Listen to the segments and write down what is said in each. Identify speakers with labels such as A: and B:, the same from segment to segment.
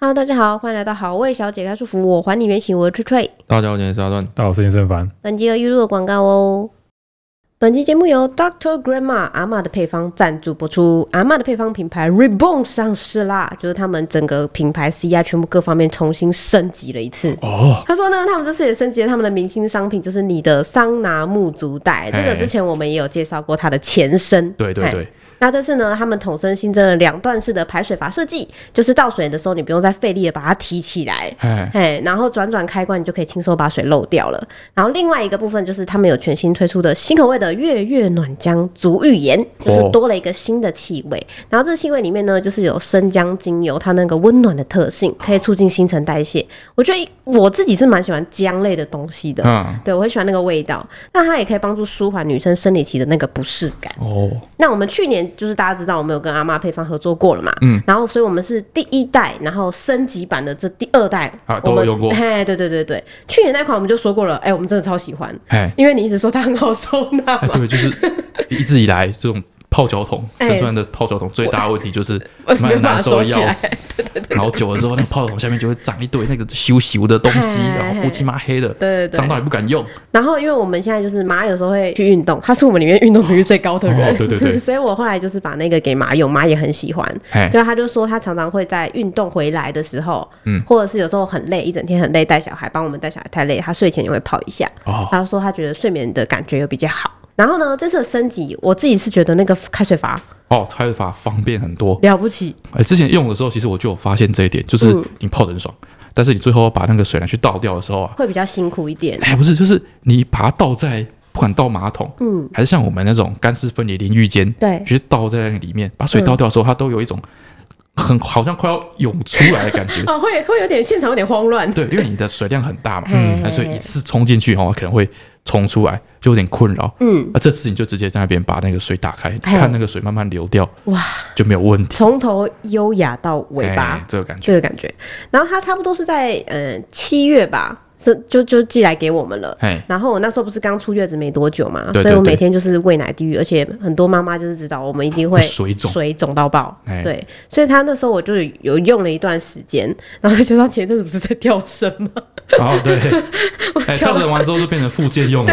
A: Hello，大家好，欢迎来到好味小姐开束缚，我还你原形，我是翠翠。
B: 大家好，我是阿段。
C: 大家好，我是严胜凡。
A: 本集有预录的广告哦。本期节目由 Doctor Grandma 阿嬷的配方赞助播出。阿嬷的配方品牌 Reborn 上市啦，就是他们整个品牌 CI 全部各方面重新升级了一次。
B: 哦，
A: 他说呢，他们这次也升级了他们的明星商品，就是你的桑拿木足袋。这个之前我们也有介绍过它的前身。
B: 对对
A: 嘿
B: 对，
A: 那这次呢，他们统称新增了两段式的排水阀设计，就是倒水的时候你不用再费力的把它提起来，
B: 哎，
A: 嘿，然后转转开关，你就可以轻松把水漏掉了。然后另外一个部分就是他们有全新推出的新口味的月月暖姜足浴盐，就是
B: 哦
A: 多了一个新的气味。然后这个气味里面呢，就是有生姜精油，它那个温暖的特性，可以促进新陈代谢。我觉得我自己是蛮喜欢姜类的东西的，
B: 嗯，
A: 对我很喜欢那个味道。那它也可以帮助舒缓女生生理期的那个不适感。
B: 哦，
A: 那我们去年就是大家知道我们有跟阿妈配方合作过了嘛，
B: 嗯，
A: 然后所以我们是第一代，然后升级版的这第二代，
B: 啊
A: 我们
B: 都有用过
A: 嘿，对对对对，去年那款我们就说过了，哎、我们真的超喜欢，
B: 哎，
A: 因为你一直说它很好收纳
B: 哎，
A: 嘛，
B: 对，就是一直以来这种泡脚桶，
A: 哎
B: 陈川的泡脚桶最大的问题就是
A: 我
B: 妈
A: 没有办
B: 难
A: 法
B: 受
A: 收
B: 的
A: 起
B: 要
A: 来，
B: 死，然后久了之后，那泡脚桶下面就会长一堆那个羞羞的东西，
A: 哎
B: 然后乌漆嘛黑的，
A: 对对对
B: 脏到你不敢用。
A: 然后，因为我们现在就是马有时候会去运动，他是我们里面运动频率最高的人，
B: 哦对对 对
A: 所以我后来就是把那个给马用，马也很喜欢。
B: 哎，
A: 对，他就说他常常会在运动回来的时候，
B: 嗯
A: 或者是有时候很累，一整天很累，带小孩帮我们带小孩太累，他睡前也会泡一下。
B: 哦，
A: 他说他觉得睡眠的感觉又比较好。然后呢，这次的升级，我自己是觉得那个开水阀
B: 哦，开法方便很多。
A: 了不起，
B: 哎，之前用的时候，其实我就有发现这一点，就是
A: 嗯
B: 你泡的很爽，但是你最后把那个水拿去倒掉的时候啊，
A: 会比较辛苦一点。
B: 哎，不是，就是你把它倒在，不管倒马桶，
A: 嗯，
B: 还是像我们那种干湿分离淋浴间，
A: 对嗯
B: 就是倒在那里面，把水倒掉的时候，它都有一种很好像快要涌出来的感觉
A: 。哦，会会有点现场有点慌乱。
B: 对，因为你的水量很大嘛，
A: 嗯
B: 那所以一次冲进去哦，可能会冲出来，就有点困扰。啊
A: 嗯，
B: 那这次你就直接在那边把那个水打开，
A: 哎
B: 看那个水慢慢流掉，
A: 哇，
B: 就没有问题。
A: 从头优雅到尾巴
B: 哎，这个感觉，
A: 这个感觉。然后他差不多是在嗯七月吧，是就就寄来给我们了。
B: 哎，
A: 然后我那时候不是刚出月子没多久嘛，
B: 对对
A: 所以我
B: 对
A: 每天就是喂奶地狱，而且很多妈妈就是知道我们一定会
B: 会水肿
A: 水肿到爆。
B: 哎
A: 对，所以他那时候我就有有用了一段时间，然后再加上前一阵子不是在跳绳吗？
B: 哦对，哎，
A: 跳
B: 跳绳完之后就变成附件用 了，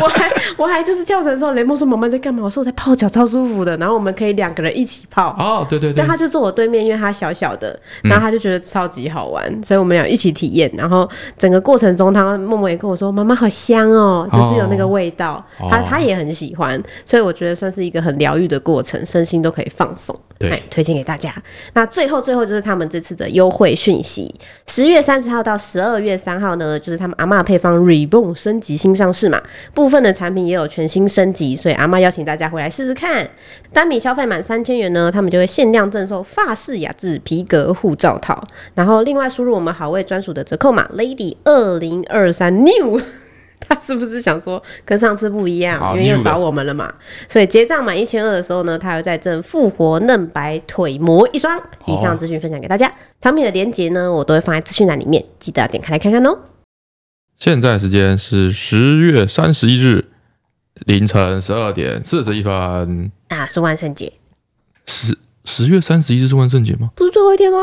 A: 我还我还就是跳绳的时候，雷梦说妈妈在干嘛？我说我在泡脚，超舒服的。然后我们可以两个人一起泡。
B: 哦，对对
A: 对，
B: 对，
A: 他就坐我对面，因为他小小的，然后他就觉得超级好玩，所以我们俩一起体验。然后整个过程中，他默默也跟我说：“妈妈好香哦，就是有那个味道。
B: 哦
A: 他他也很喜欢，所以我觉得算是一个很疗愈的过程，身心都可以放松。
B: 对
A: 哎，推荐给大家。那最后最后就是他们这次的优惠讯息，十月三十号到十二月三号呢，就是他们阿嬷配方 Reborn 升级新上市嘛，部分的产品也有全新升级，所以阿嬷邀请大家回来试试看。单笔消费满三千元呢，他们就会限量赠送法式雅致皮革护照套，然后另外输入我们好味专属的折扣码 Lady 二零二三 New。他 是不是想说跟上次不一样
B: 好，
A: 因为又
B: new
A: 找我们了嘛？所以结账满一千二的时候呢，他会再赠复活嫩白腿膜一双。以上资讯分享给大家，产品的链接呢，我都会放在资讯栏里面，记得要点开来看看哦。
B: 现在时间是十月三十一日凌晨十二点四十一分。
A: 啊，是万圣节，
B: 十十月三十一日是万圣节吗？
A: 不是最后一天吗？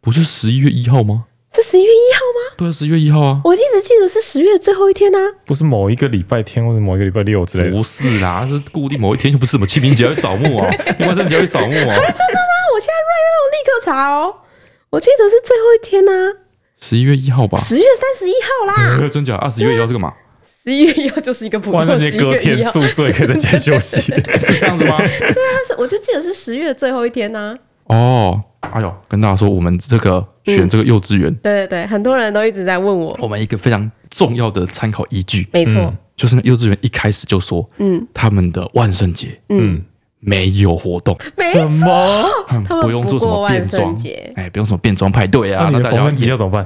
B: 不是十一月一号吗？
A: 是十一月一号
B: 对啊，十一月一号啊。
A: 吗？我一直记得是十月最后一天啊呐、
C: 不是某一个礼拜天或者某一个礼拜六之类的，
B: 不是啦，是固定某一天，又不是什么清明节会扫墓 啊，万圣节会扫墓啊。
A: 啊，我现在 r 让我立刻查哦。我记得是最后一天呐、
B: 十一月一号吧？
A: 十月三十一号啦。
B: 呃真假？啊，十一月一号是干嘛？
A: 十一月一号就是一个普通
C: 万
A: 的
C: 圣
A: 十
C: 节
A: 一
C: 隔
A: 月
C: 天
A: 一号，
C: 宿醉可以在家休息。
B: 是这样子吗？
A: 但是我就记得是十月最后一天啊呐、
B: 哦，哎呦，跟大家说，我们这个选这个幼稚园，
A: 对对对，很多人都一直在问我，
B: 我们一个非常重要的参考依据，
A: 没错，
B: 就是那幼稚园一开始就说，
A: 嗯，
B: 他们的万圣节
C: 嗯，
B: 没有活动，
C: 什么？
B: 他们
A: 他们
B: 不用
A: 不
B: 做什
A: 过
B: 么
A: 万
B: 变
A: 圣
B: 装
A: 节，
B: 哎，不用什么变装派对啊，那
C: 那你的
B: 大
C: 缝
B: 家
C: 纫机要怎么办？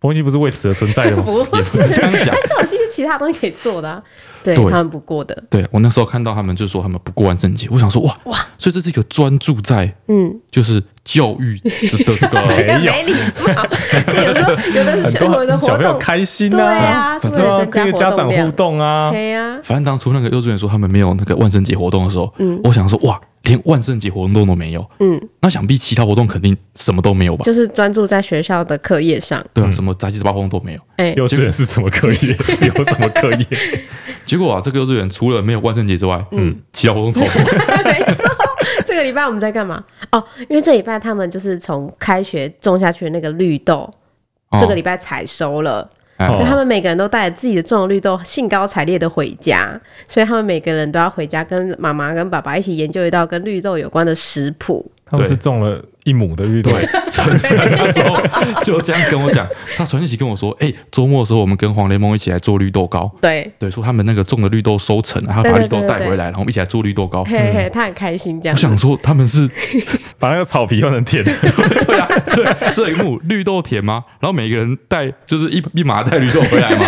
C: 缝纫 机不是为此而存在的吗？
A: 不
B: 也不
A: 是
B: 是这样讲
A: 但。是有一些其他东西可以做的、啊，对
B: 对
A: 他们不过的，
B: 对我那时候看到他们就说他们不过万圣节，我想说哇哇，所以这是一个专注在
A: 嗯，
B: 就是教育的这
A: 没
B: 个。
C: 有
A: 没礼貌。 有时候有的
C: 很
A: 小有的
C: 多
A: 活
C: 小朋友
A: 动，
C: 开心
A: 对
C: 啊，
A: 啊，是为
C: 对
A: 了
C: 啊，
A: 增加
C: 跟家
A: 活
C: 长
A: 动
C: 互
A: 量。
C: 动啊，
A: 对呀，
B: 反正当初那个幼稚园说他们没有那个万圣节活动的时候，
A: 嗯
B: 我想说哇，连万圣节活动都没有，
A: 嗯，
B: 那想必其他活动肯定什么都没有吧？
A: 就是专注在学校的课业上。
B: 对啊，
C: 嗯
B: 什么杂七杂八活动都没有。
A: 哎，
C: 幼稚园是什么课业？是有什么课业？
B: 结果啊，这个幼稚园除了没有万圣节之外，嗯，其他活动超多。
A: 没错，这个礼拜我们在干嘛？哦，因为这礼拜他们就是从开学种下去的那个绿豆，
C: 哦
A: 这个礼
B: 里
A: 拜采收了，所以他
B: 哦，
A: 们每个人都带着自己的种的绿豆，兴高采烈的回家，所以他们每个人都要回家跟妈妈跟爸爸一起研究一道跟绿豆有关的食谱。
C: 他们是种了一亩的绿豆，
B: 对，陈俊那时候就这样跟我讲，他传讯息跟我说，哎，周末的时候我们跟黄雷梦一起来做绿豆糕。
A: 对，
B: 对，说他们那个种的绿豆收成，然后
A: 对
B: 把
A: 对
B: 绿豆
A: 对
B: 带
A: 对
B: 回来，然后我们一起来做绿豆糕。
A: 嘿嘿，他很开心这样
B: 嗯我
A: 子。
B: 想说他们是
C: 把那个草皮又能舔，
B: 对啊，这这一幕绿豆甜吗？然后每个人带就是一一麻袋绿豆回 来嘛，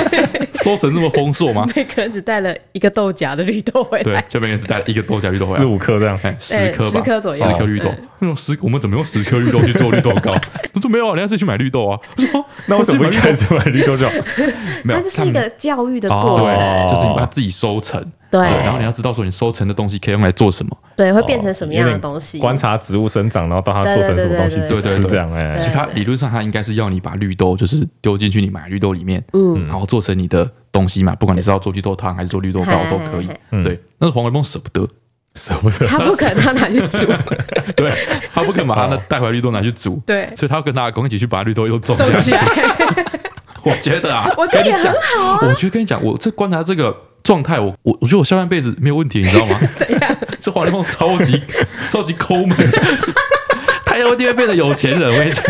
B: 收成这么丰硕吗？
A: 每个人只带了一个豆荚的绿豆回
B: 对
A: 来，，
B: 就每个人只带了一个豆荚绿豆回
C: 四
B: 来，
C: 五颗这样。
B: 哎，十颗吧，
A: 十颗左右
B: 十颗绿豆
A: 嗯。
B: 那种十，我们怎么用十颗绿豆去做绿豆糕？ 他说没有啊，人家自己去买绿豆啊。 我说
C: 那为什么不一
B: 自己买
C: 开
B: 绿
C: 始买绿豆就好？
B: 豆没有
A: 它就是一
B: 他们
A: 个教育的
B: 哦
A: 过
B: 对
A: 程。
B: 就是你把它自己收成，
A: 对
B: 然后你要知道说你收成的东西可以用来做什么。
A: 对，会变成什么样的东西？
C: 观察植物生长，然后到它做成什么东西
A: 对
B: 对对对对
C: 吃，这样哎
B: 所以
A: 对。
B: 它理论上它应该是要你把绿豆就是丢进去你买绿豆里面，
A: 嗯
B: 然后做成你的东西嘛，不管你是要做绿豆汤还是做绿豆糕都可以
A: 嗨嗨。
C: 嗨
B: 对，但是黄伟梦舍不得，
C: 舍不得。
A: 他不可能他拿去煮，
B: 对他不肯把他那带回来绿豆拿去煮，
A: 对，
B: 所以他要跟他阿公一起去把绿豆又种
A: 种
B: 下
A: 起
B: 去。
A: 来。
B: 我觉得啊，
A: 我觉得
B: 跟
A: 也
B: 你
A: 很
B: 讲，我觉得跟你讲，我这观察这个状态，我我我觉得我下半辈子没有问题，你知道吗？
A: 怎样？
B: 这黄连梦超级 超级抠门， 他有一天会变得有钱人。我跟你讲，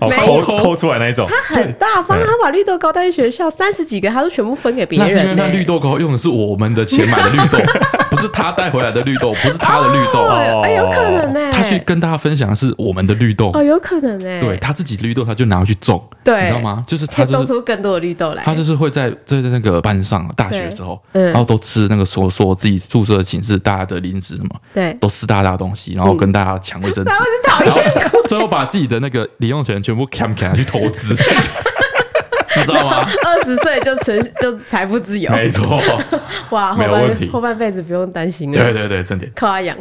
C: 哦，
A: 没
C: 抠
B: 有
C: 抠出来那一种，
A: 很大方，啊
C: 对
A: 他把绿豆糕带去学校，三十几个他都全部分给 别
B: 那是因为
A: 人呢、
B: 那绿豆糕用的是我们的钱买的绿豆， 不是他带回来的绿豆，不是他的绿 豆，
A: 哎、哎有可
C: 哦
A: 能呢、
B: 哦他去跟大家分享的是我们的绿豆
A: 哦，，有可能呢、
B: 对他自己的绿豆，他就拿回去种，
A: 对
B: 你知道吗？就是
A: 可
B: 他
A: 以
B: 就
A: 种
B: 是。
A: 出更多的绿豆来。
B: 他就是会在在在那个班上，大学的时候，
A: 对嗯
B: 然后都吃那个所所自己宿舍的寝室大家的零食什么，
A: 对，
B: 都吃大家的东西，然后跟嗯 大家抢卫生纸
A: 然，后是讨
B: 然
A: 厌，
B: 后啊最后把自己的那个零用钱全部 cam 拿去投 资，你知道吗？
A: 二十岁就成就财富自由，
B: 没 错，
A: 哇，后
B: 没有问
A: 半
B: 题
A: 后半辈子不用担心
B: 对
A: 了，
B: 对对，正点。
A: 靠他养。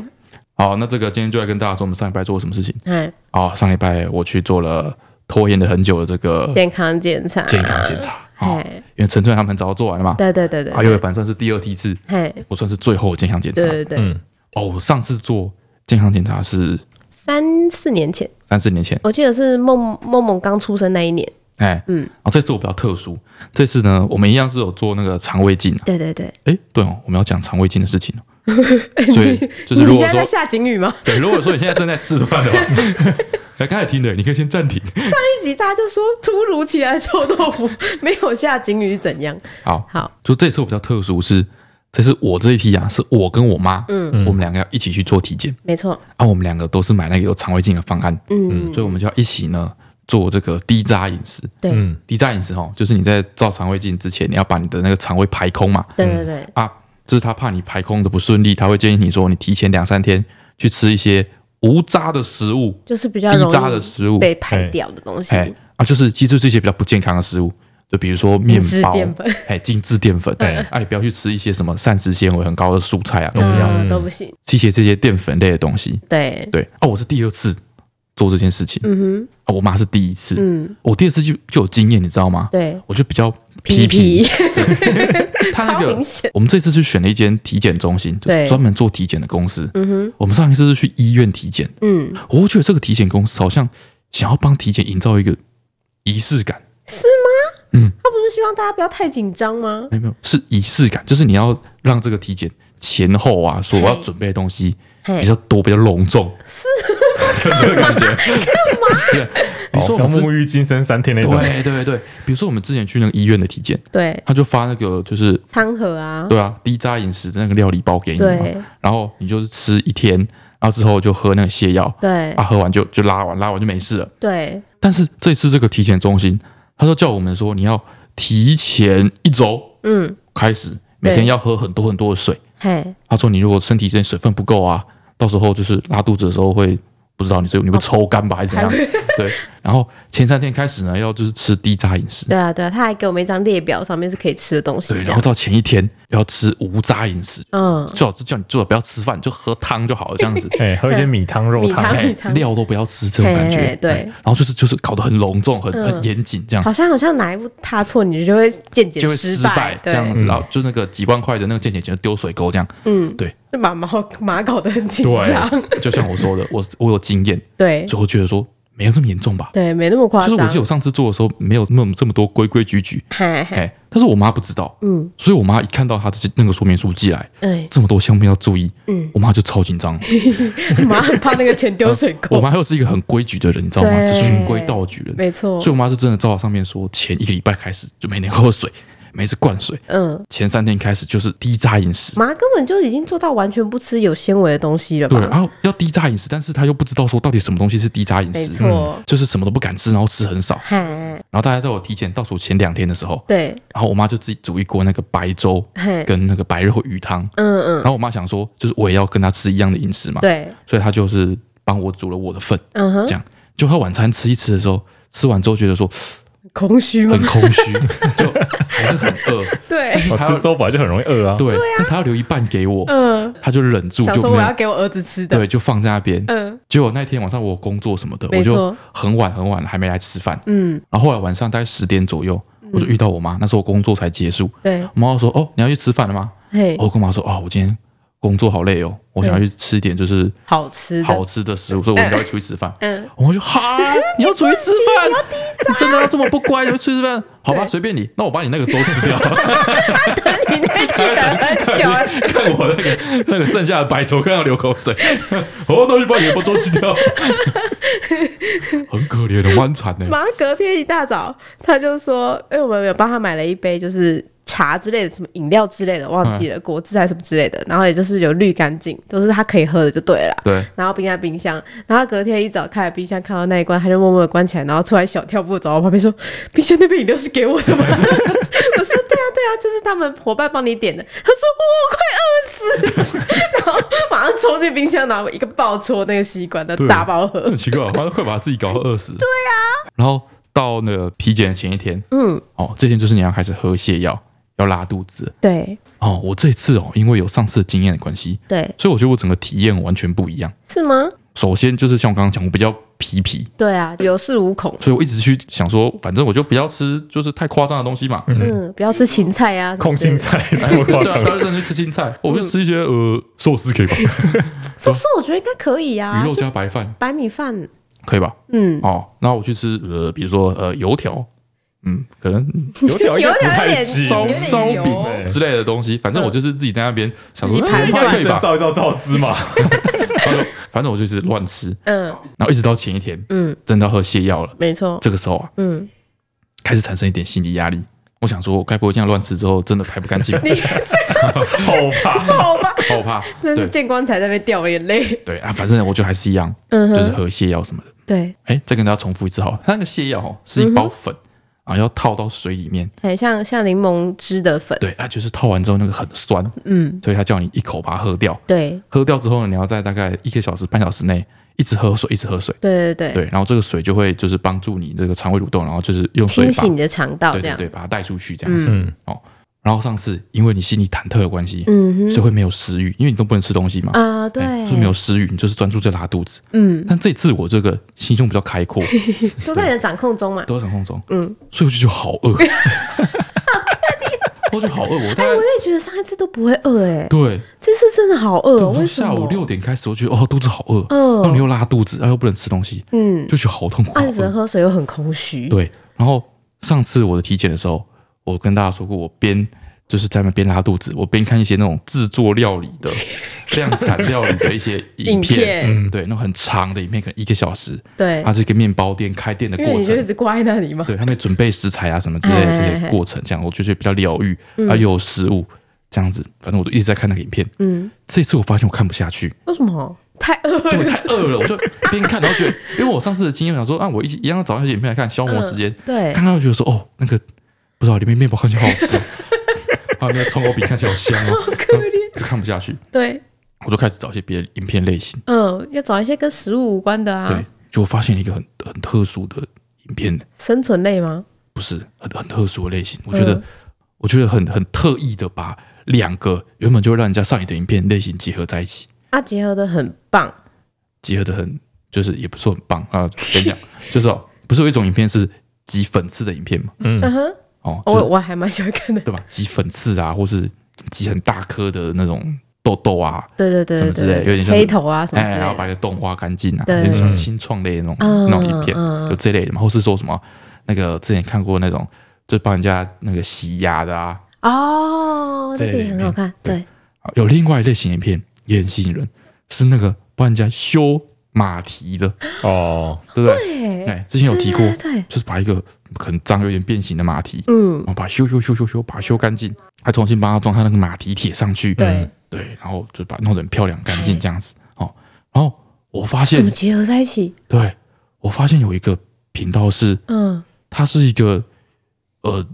B: 好，那这个今天就来跟大家说我们上礼拜做了什么事情
A: 哎，
B: 啊、哦上礼拜我去做了拖延了很久的这个
A: 健康检查，
B: 健康检查啊、哦，
A: 哎，
B: 因为陈春他们很早做完了嘛，
A: 对对对对，
B: 啊，因为反正是第二梯次，
A: 嘿，
B: 我算是最后的健康检查
A: 对。对对，
C: 嗯，
B: 哦，我上次做健康检查是
A: 三四年前，
B: 三四年前。
A: 我记得是梦梦梦刚出生那一年，
B: 哎，
A: 嗯
B: 嗯，哦，这次我比较特殊，这次呢，我们一样是有做那个肠胃镜啊。
A: 对对对，
B: 哎，对哦，我们要讲肠胃镜的事情哦。所以就是如
A: 你
B: 果
A: 现在
B: 说
A: 在，下警语吗？
B: 对，如果说你现在正在吃饭 的话，来刚才听的，你可以先暂停。
A: 一集大家就说突如其来的臭豆腐没有下警语怎样？
B: 好，
A: 好，
B: 就这次我比较特殊是，这次我这一题啊，是我跟我妈，嗯，我们两个要一起去做体检
A: 没错，
B: 啊，我们两个都是买那个有肠胃镜的方案，
A: 嗯，
B: 所以我们就要一起呢做这个低渣饮食。
A: 对，
C: 嗯
B: 低渣饮食哦，就是你在照肠胃镜之前，你要把你的那个肠胃排空嘛，
A: 对对对，
B: 啊，就是他怕你排空的不顺利，他会建议你说你提前两三天去吃一些无渣的食物、
A: 就是比较
B: 低
A: 容
B: 渣的
A: 易
B: 食物，
A: 被排掉的东西，
B: 哎啊，就是其实就是一些比较不健康的食物，就比如说面
A: 精致
B: 包
A: 淀粉，
B: 哎，精致淀粉，
C: 嗯
B: 啊，你不要去吃一些什么膳食纤维很高的蔬菜啊，都不要
A: 嗯，都不行，
B: 吃一些这些淀粉类的东西。
A: 对，
B: 对啊，我是第二次做这件事情，
A: 嗯
B: 啊，我妈是第一次，
A: 哼，嗯，
B: 我第二次就就有经验，你知道吗？
A: 对，
B: 我就比较
A: 皮
B: 皮，
A: 皮
B: 她那
A: 超
B: 个
A: 明显，
B: 我们这次去选了一间体检中心，就
A: 对
B: 专门做体检的公司。
A: 嗯哼，
B: 我们上一次是去医院体检，
A: 嗯，
B: 我觉得这个体检公司好像想要帮体检营造一个仪式感，
A: 他不是希望大家不要太紧张吗？
B: 哎没有没有，是仪式感，就是你要让这个体检前后啊，所要准备的东西
A: 嘿
B: 比较多，比较隆重，嗯是 这种感觉。干嘛？比如说
C: 哦
B: 我们之
C: 要沐浴金身三天那种，。
B: 对对对，比如说我们之前去那个医院的体检，
A: 对，
B: 他就发那个就是
A: 餐盒啊，
B: 对啊低渣饮食的那个料理包给你嘛，
A: 对
B: 然后你就是吃一天，然后之后就喝那个泻药，
A: 对
B: 啊，喝完就就拉完，拉完就没事了。
A: 对，
B: 但是这次这个体检中心，他就叫我们说你要提前一周
A: 嗯，
B: 开始，每天要喝很多很多的水。
A: 嘿，
B: 他说你如果身体这水分不够啊，到时候就是拉肚子的时候会不知道你是你会抽干吧还是怎
A: 嗯
B: 样？对。然后前三天开始呢，要就是吃低渣饮 食，
A: 对啊，对啊，他还给我们一张列表，上面是可以吃的东西
B: 对。
A: 这
B: 然
A: 样。
B: 后到前一天要吃无渣饮食，
A: 嗯，
B: 最好是叫你最好不要吃饭，就喝汤就好了，这样子
C: 哎，喝一些米汤、肉
A: 米 汤
C: 汤，
B: 哎
A: 米汤
B: 料都不要吃，这种感
A: 嘿
B: 觉
A: 嘿对嗯
B: 哎然后就是就是搞得很隆重、很很严谨这样。
A: 好像好像哪一步踏错，你就会渐渐
B: 就会
A: 失
B: 失败这
A: 对，
B: 样子，
C: 嗯
B: 然后就那个几万块的那个健检钱丢水沟这样，
A: 嗯，
B: 对，
A: 就 把马马搞得很紧张，
B: 对，就像我说的，我我有经验，
A: 对
B: 所以我觉得说没有这么严重吧。
A: 对，没那么夸
B: 就是
A: 张。
B: 我记得我上次做的时候没有那么这么多规规矩矩，
A: 嗨嗨，
B: 哎，但是我妈不知道，
A: 嗯
B: 所以我妈一看到她的那个说明书寄来
A: 哎，
B: 这么多项目要注意，
A: 嗯，
B: 我妈就超紧张。
A: 马很哎怕那个钱丢水
B: 我
A: 沟，
B: 妈又是一个很规矩的人，你知道吗？
A: 对
B: 就循规蹈矩的人，
A: 没错
B: 所以，我妈是真的照上面说，前一个礼拜开始就每天喝水，每次灌水，
A: 嗯，
B: 前三天开始就是低渣饮食。
A: 马根本就已经做到完全不吃有纤维的东西了
B: 对，啊
A: 吧？
B: 然后要低渣饮食，但是她又不知道说到底什么东西是低渣饮
A: 没
B: 食，嗯
A: 错，
B: 就是什么都不敢吃，然后吃很少。
A: 嗨，
B: 然后大家在我体检倒数前两天的时候，
A: 对，
B: 然后我妈就自己煮一锅那个白粥
A: 嘿，
B: 跟那个白肉鱼汤。
A: 嗯
B: 然
A: 嗯，
B: 后我妈想说，就是我也要跟她吃一样的饮食嘛，
A: 对，
B: 所以她就是帮我煮了我的份。
A: 嗯哼
B: 这，样，就她晚餐吃一吃的时候，吃完之后觉 得说
A: 空虚吗
B: 很？空虚，就还是很饿，
A: 对，
C: 我哦吃粥本来就很容易饿啊。
B: 对，但她要留一半给我，
A: 嗯，
B: 她就忍 住
A: 想
B: 就
A: 说
B: 没
A: 我要
B: 有，
A: 给我儿子吃的，
B: 对，就放在那边。
A: 嗯
B: 结果那天晚上我有工作什么的，
A: 没
B: 我
A: 错
B: 就很晚很晚还没来吃饭。
A: 嗯，
B: 然后后来晚上大概十点左右，我就遇到我妈，那时候我工作才结束，
A: 对，
B: 我妈说：“哦，你要去吃饭了吗？”
A: 嘿，
B: 我跟我妈说：“哦，我今天工作好累哦，我想要去吃一点就是
A: 好吃
B: 好
A: 的，
B: 吃的食物，所以我应该会出去吃饭。”
A: 嗯，
B: 我妈就哈， 你要出去吃饭？你真的要这么不乖？你要出去吃饭？好吧，随便你。那我把你那个粥 吃掉，
A: 你那句等很久 了，
B: 看我那个那个剩下的白粥，看到流口 水，哦，那我就把你的粥吃掉，很可怜的弯惨呢。欸
A: 马上隔天一大早，他就说：“哎、我们有帮他买了一杯，就是茶之类的，什么饮料之类的，忘记了，
B: 嗯
A: 果汁还是什么之类的。然后也就是有滤干净，都是他可以喝的就对了啦。
B: 对，
A: 然后冰在冰箱，然后隔天一早开了冰箱，看到那一罐，他就默默的关起来，然后突然小跳步走到我旁边说：‘冰箱那杯饮料是给我的吗？’我说：‘对啊，对啊，就是他们伙伴帮你点的。’他说：‘哦我快饿死了！’ 然后马上冲去冰箱，然后一个爆戳那个吸管，那
B: 对
A: 大爆喝
B: 很。奇怪，反正会把自己搞到饿死。对啊，然后到那个体检的前一天，
A: 嗯，
B: 哦，这天就是你要开始喝泻药，要拉肚子。
A: 对
B: 哦，我这次哦，因为有上次的经验的关系，
A: 对，
B: 所以我觉得我整个体验完全不一样。
A: 是吗？
B: 首先就是像我刚刚讲，我比较皮皮，
A: 对啊，有恃无恐。
B: 所以我一直去想说，反正我就不要吃就是太夸张的东西嘛。
A: 嗯，不要吃芹菜啊，
C: 空心
A: 什么
C: 菜这么夸
B: 对啊，
C: 张
B: 不，要让人去吃青菜，我就吃一些呃寿司 可以吧，
A: 之类的。寿司我觉得应该可以啊，
B: 鱼肉
A: 就
B: 加白饭
A: 白米饭，
B: 可以吧？
A: 嗯，
B: 哦，那我去吃呃，比如说呃油条，嗯，可能
C: 油条应该不
A: 有
C: 太
A: 点
C: 行。
B: 烧
A: 有点
B: 烧饼哎
A: 油嗯
B: 之类的东西，反正我就是自己在那边想说，
A: 自己
B: 哎
A: 盘
B: 应该可以吧？
C: 照一照照 芝麻，
B: 他说反正我就是乱吃，
A: 嗯
B: 然后一直到前一天，
A: 嗯，
B: 真的要喝泻药了，
A: 没错，
B: 这个时候啊，
A: 嗯，
B: 开始产生一点心理压力。我想说，我该不会这样乱吃之后真的排不 干净，
A: 你这
C: 好怕。
A: 好吧，
B: 好怕。
A: 真是
B: 对
A: 见光才在那边掉眼泪，
B: 对啊，反正我觉得还是一样，
A: 嗯
B: 就是
A: 哼，
B: 喝泻药什么的。
A: 对，
B: 哎，再跟大家重复一次好了，它那个泻药哦是一包粉啊，要套到水里面。
A: 很像像柠檬汁的粉，
B: 对啊，就是套完之后那个很酸，
A: 嗯，
B: 所以他叫你一口把它喝掉。
A: 对
B: 喝掉之后呢，你要在大概一个小时、半小时内一直喝水，一直喝水。
A: 对对对，
B: 对，然后这个水就会就是帮助你这个肠胃蠕动，然后就是用水
A: 清
B: 把
A: 洗你的肠道
B: 对
A: 这
B: 对
A: 样，
B: 对，把它带出去这样子。哦
C: 嗯，
B: 然后上次因为你心里忐忑的关系，
A: 嗯
B: 所以会没有食欲，因为你都不能吃东西嘛。
A: 哼，啊
B: 对，
A: 对，
B: 所以没有食欲，你哎就是专注在拉肚子。
A: 嗯，
B: 但这次我这个心胸比较 开阔，
A: 都在你的掌控中嘛，
B: 都在掌控中，
A: 嗯，
B: 所以我就觉得好 饿，我就好饿，我大
A: 哎，
B: 概
A: 我也觉得上一次都不会饿哎，
B: 对，
A: 这次真的好饿
B: 对
A: 哦，
B: 我
A: 为
B: 从
A: 什
B: 下
A: 么？
B: 午六点开始，我觉得哦肚子好饿，然后
A: 嗯
B: 你又拉肚子，然后又不能吃东西，
A: 嗯，
B: 就觉得好痛苦。好
A: 按时
B: 饿
A: 喝水又很空虚，
B: 对，然后上次我的体检的时候，我跟大家说过，我边就是在那边拉肚子，我边看一些那种制作料理 的量产料理的一些影
A: 影
B: 片，嗯
A: 片，
B: 对，那种很长的影片，可能一个小时，
A: 对，
B: 它是一个面包店开店的
A: 因为
B: 过
A: 你就一
B: 程。
A: 直挂在那里嘛。
B: 对，他们准备食材啊什么之类的这
A: 哎哎哎
B: 些过程，这样我就觉得比较疗愈，啊又有食物这样子，反正我就一直在看那个影片。
A: 嗯，
B: 这次我发现我看不下去，
A: 为什么？太饿
B: 对，
A: 了
B: 太。饿了，我就边看，然后觉得，因为我上次的经验，我想说啊，我一一样找那些影片来看，消
A: 嗯
B: 磨时间。
A: 对
B: 看，看就觉得说，哦，那个不知道里面面包看起来好好 吃，还有那个葱油饼看起来好香哦，
A: 可怜。
B: 就看不下去，
A: 对，
B: 我就开始找一些别的影片类型。
A: 嗯，要找一些跟食物无关的啊
B: 对，，就我发现了一个很很特殊的影片，
A: 生存类吗？
B: 不是很很特殊的类型，我觉得、
A: 嗯
B: 我觉得很很特意的把两个原本就会让人家上瘾的影片类型结合在一起，
A: 啊，结合的很棒。
B: 结合的很就是也不是很棒啊。跟 你讲，就是、哦、不是有一种影片是挤粉刺的影片嘛？
A: 嗯
C: 嗯，
A: 哼，
B: 哦，就
A: 我我还蛮喜欢看的。
B: 对吧？挤粉刺啊，或是挤很大颗的那种痘痘啊，
A: 对对对
B: 什么
A: 对
B: 之类
A: 对，
B: 有点像
A: 黑头啊什么之
B: 哎，
A: 类
B: 然后
A: 的。
B: 把一个洞挖干净啊，
A: 对
B: 有点像清创类的那种、
A: 嗯
B: 那种影片，
A: 嗯嗯
B: 有这类的嘛，或是说什么那个之前看过那种，就帮人家那个洗牙的啊，
A: 哦，
B: 这
A: 这
B: 类
A: 个
B: 的
A: 也很
B: 影
A: 好
B: 片
A: 看。
B: 对
A: 对，
B: 啊有另外一类型影片也很吸引人，是那个帮人家修马蹄的，
C: 哦，
B: 对不对？
A: 对，
B: 哎，之前有提过
A: 对，对对，
B: 就是把一个很脏、有点变形的马蹄，
A: 嗯
B: 然，后把它修修修修修，把它修干净，还重新帮它装它那个马蹄铁上去，嗯
A: 对，
B: 对，然后就把它弄得很漂亮、干净这样子。哦，然后我发
A: 怎
B: 现
A: 么，结合在一起？
B: 对我发现有一个频道是
A: 嗯
B: 他是一个呃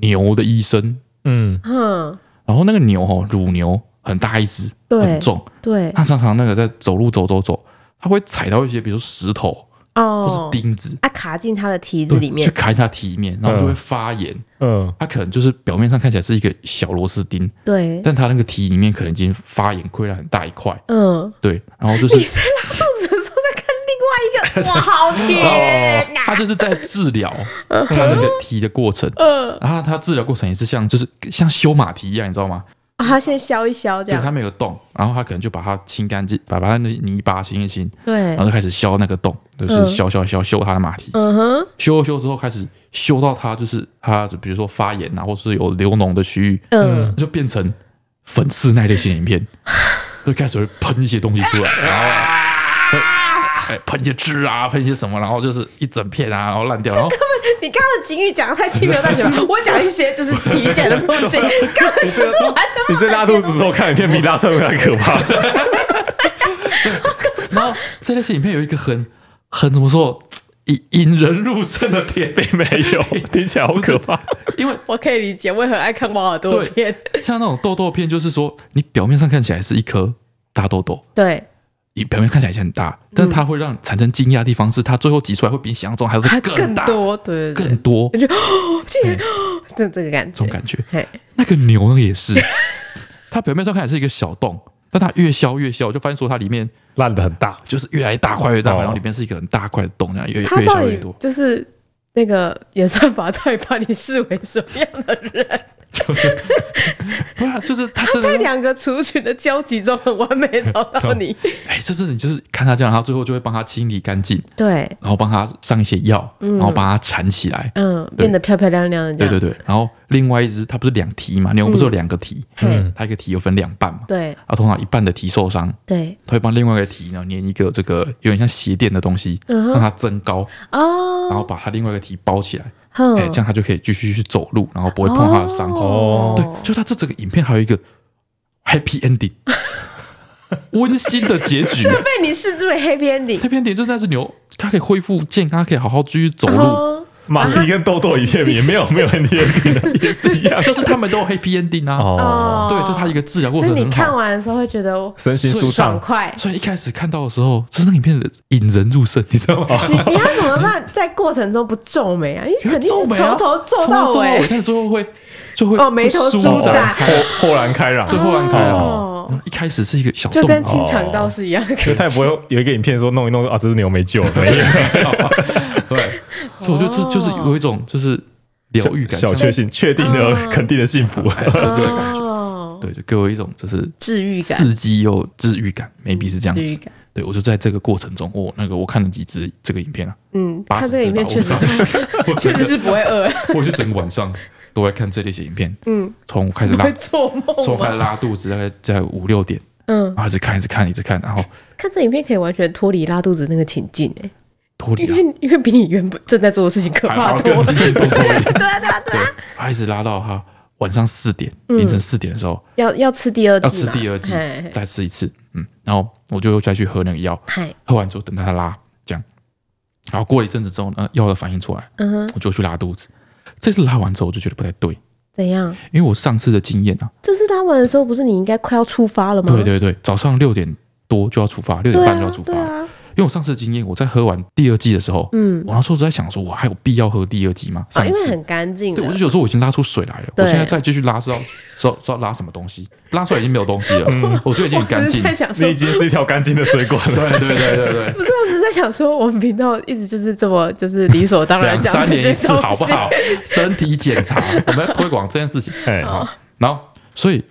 B: 牛的医生，
C: 嗯，
A: 哼，
B: 然后那个牛哦，乳牛很大一只，
A: 对
B: 很重，
A: 对
B: 它常常那个在走路走走走，它会踩到一些比如说石头或
A: 哦
B: 是，钉子，
A: 啊卡进他的蹄子
B: 对，
A: 里
B: 去
A: 面。
B: 砍它蹄面，然后就会发炎。
C: 嗯，
B: 它可能就是表面上看起来是一个小螺丝钉，
A: 对，
B: 但它那个蹄里面可能已经发炎溃烂很大一块，
A: 嗯，
B: 对，然后就
A: 你
B: 是
A: 在拉肚子的时候在看 另外一个，哇，好甜啊呐！
B: 它哦就是在 治疗它那个蹄的过程，
A: 嗯，
B: 然后它治疗过程也是像就是像修马蹄一样，你知道吗？
A: 啊他先削一削这
B: 对，它
A: 样，
B: 没有洞，然后它可能就把它清干净，把把它的泥巴清一清，
A: 对
B: 然后，就开始削那个洞，就是
A: 嗯
B: 削削削修它的马蹄，
A: 嗯哼，
B: 修一修之后开始修到它就是它，就比如说发炎啊，或是有流脓的区域，
A: 嗯，
B: 就变成粉刺那类型影片，就开始会喷一些东西出来，然后。会哎，喷一些汁啊，喷一些什么，然后就是一整片啊，然后烂掉，然后
A: 你刚刚的警语讲的太轻描 淡写了，我讲一些就是体检的东西，根本就是完全
C: 你在拉肚子的时候看影片比拉串还可怕。
B: 然后这类型影片有一个很很怎么说，引引人入胜的点，
C: 并没有， 听起来好可怕。
B: 因为
A: 我可以理解为何爱看猫耳朵的片，
B: 像那种痘痘片，就是说你表面上看起来是一颗大痘痘，
A: 对，
B: 你表面看起来也很大，但
A: 嗯
B: 是它会让产生惊讶的地方是，它最后挤出来会比你想象中还
A: 它
B: 要
A: 更
B: 大、
A: 多，对对
B: 更多
A: 对，我
B: 这
A: 就哦，竟然
B: 嗯
A: 哦这这个感觉
B: 种，感觉。
A: 嘿，
B: 那个牛呢 也是，它表面上看起来是一个小洞，但它越削越削，我就发现说它里面
C: 烂的很大，
B: 就是越来越大块，越大块，
C: 哦
B: 然后里面是一个很大块的洞，这样越
A: 他
B: 越
A: 到
B: 削越
A: 底
B: 多。
A: 就是那个演算法到底把你视为什么样的人？
B: 不然啊就是它
A: 他
B: 真
A: 在
B: 的
A: 两个族群的交集中很完美地找到 你，
B: 哎、就是你就是看他这样，他最后就会帮他清理干净，
A: 对，
B: 然后帮他上一些药，
A: 嗯
B: 然后把它缠起来。
A: 嗯，
B: 对
A: 变得漂漂亮亮的这
B: 对
A: 样，
B: 对对，然后另外一只它不是两蹄嘛，牛不是有两个蹄，
A: 嘿，
B: 它一个蹄有分两半嘛，
A: 对
B: 啊，通常一半的蹄受伤，
A: 对，
B: 它会帮另外一个蹄呢粘一个这个有点像鞋垫的东西，
A: 嗯嗯
B: 让
A: 哼，
B: 它增高，然后
A: 哦，
B: 把它另外一个蹄包起来，
A: 哼
B: 哎、这样它就可以继续去走路，然后不会碰它的伤口。
C: 哦
B: 对，就它这整个影片还有一个 happy ending，温馨的结局。
A: 被你视之为 happy ending。
B: 那片点就是那只牛，它可以恢复健康，它可以好好继续走路，
A: 哦，
C: 马蹄跟豆豆一片也没有 没有很贴的，也是一样。
B: 就是他们都有 happy ending 啊。
A: 哦
B: 对，就是它一个治疗过
A: 所以
B: 程
A: 你
B: 很
A: 看
B: 好。
A: 完的时候会觉得我
C: 身心舒
A: 爽
C: 畅。
A: 快。
B: 所以一开始看到的时候，就是那影片的引人入胜，你知
A: 哦
B: 道吗？
C: 哦
A: 你你要怎么办？在过程中不皱眉啊？你肯定
B: 皱
A: 是
B: 眉
A: 从
B: 啊
A: 头皱
B: 从
A: 到
B: 头
A: 尾。
B: 但是最后会就会
A: 哦眉头
B: 会舒
A: 舒展
B: 展
A: 展
B: 开，
C: 豁豁然开朗，
B: 对，豁然开朗。
A: 哦
B: 然后一开始是一个小
A: 就
B: 洞，
A: 跟情场道士一样，
C: 就他也不会有一个影片说弄一弄啊，这只牛没救了，没有
B: 对，所以我觉得
A: 哦
B: 这就是有一种就是疗愈感，
C: 小确幸，确定的
A: 哦
C: 肯定的幸福。
B: 对感觉，
A: 哦，
B: 对，就给我一种就是
A: 治愈感，
B: 刺激又治愈感，maybe 是这样
A: 治愈
B: 子。
A: 感。
B: 对，我就在这个过程中，哦我那个我看了几支这个影片啊，
A: 嗯，
B: 八
A: 看
B: 十
A: 这个
B: 支
A: 影片，确
B: 吧
A: 实是，
B: 我
A: 确实是不会饿，
B: 我就整个晚上都在看这类型影片，
A: 嗯，
B: 从我开始
A: 不
B: 拉
A: 会，做
B: 从
A: 梦
B: 我开
A: 吗？
B: 始拉肚子，大概在五六点，
A: 嗯
B: 然，后一直看，一直看，一直看，然后
A: 看这影片可以完全脱离拉肚子那个情境哎，
B: 脱离
A: 因
B: 啊，
A: 为因为比你原本正在做的事情可
B: 还
A: 怕
B: 还
A: 多
B: 更
A: 了。
B: 惊心动魄一点，
A: 对啊对啊对
B: 对
A: 啊，，
B: 然后一直拉到他晚上四点，凌晨四点的时候
A: 要要吃第二
B: 要
A: 剂
B: 吃
A: 嘛，
B: 第二剂
A: 嘿，嘿
B: 再吃一次，嗯，然后我就再去喝那个药，
A: 嘿，
B: 喝完之后等它拉，这样，然后过了一阵子之后呢，药的反应出来，
A: 嗯哼，
B: 我就去拉肚子。这次拉完之后我就觉得不太对，
A: 怎样？
B: 因为我上次的经验啊，
A: 这次拉完的时候，不是你应该快要出发了吗？
B: 对对对，早上六点多就要出发，六
A: 嗯
B: 点
A: 对
B: 半就
A: 啊
B: 要出，发
A: 对，啊，
B: 因为我上次的经验，我在喝完第二季的时候，
A: 嗯，
B: 我那时候就在想说，我还有必要喝第二季吗？
A: 啊，
B: 上一
A: 因为
B: 次
A: 很干净
B: 对，我
A: 了
B: 就，觉得说我已经拉出水来了，我
A: 对
B: 现在再继续拉是要 是要是要拉什么东西？拉出来已经没有东西了，我觉得已经很干
A: 只是
B: 净。
A: 在想说
C: 你已，经是一条干净的水 管了。
B: 对 对对对对，
A: 不是，我只是在想说，我们频道一直就是这么就是理所当然
B: 两
A: 讲
B: 三
A: 这
B: 年
A: 些
B: 一次
A: 东西，哦
B: 好不好？身体 检查，我们要推广这件事情。
C: 哎，
B: 好，然后所以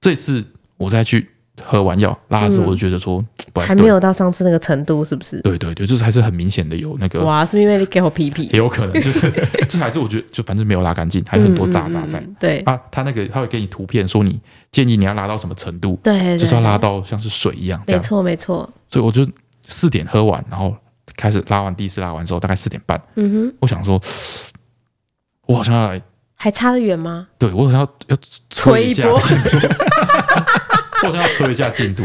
B: 这次我再去喝完药拉的时候，我就觉得说不太
A: 嗯还没
B: 对，
A: 有到上次那个程度，是不是？
B: 对对对，就是还是很明显的有那个
A: 哇，是不是因为你给我皮
B: 也
A: 皮，
B: 有可能就是这还是我觉得就反正没有拉干净，还有很多渣渣在
A: 嗯。嗯嗯对
B: 啊，他那个他会给你图片说你建议你要拉到什么程度，
A: 对，对
B: 就是要拉
A: 对
B: 到像是水一样
A: 没
B: 这样。
A: 错没错，
B: 所以我就四点喝完，然后开始拉完第一次拉完之后，大概四点半，
A: 嗯哼，
B: 我想说， 我好像要来，
A: 还差得远吗？
B: 对我好像要要催一下
A: 催一波
B: 进度， 我好像要催一下进 度，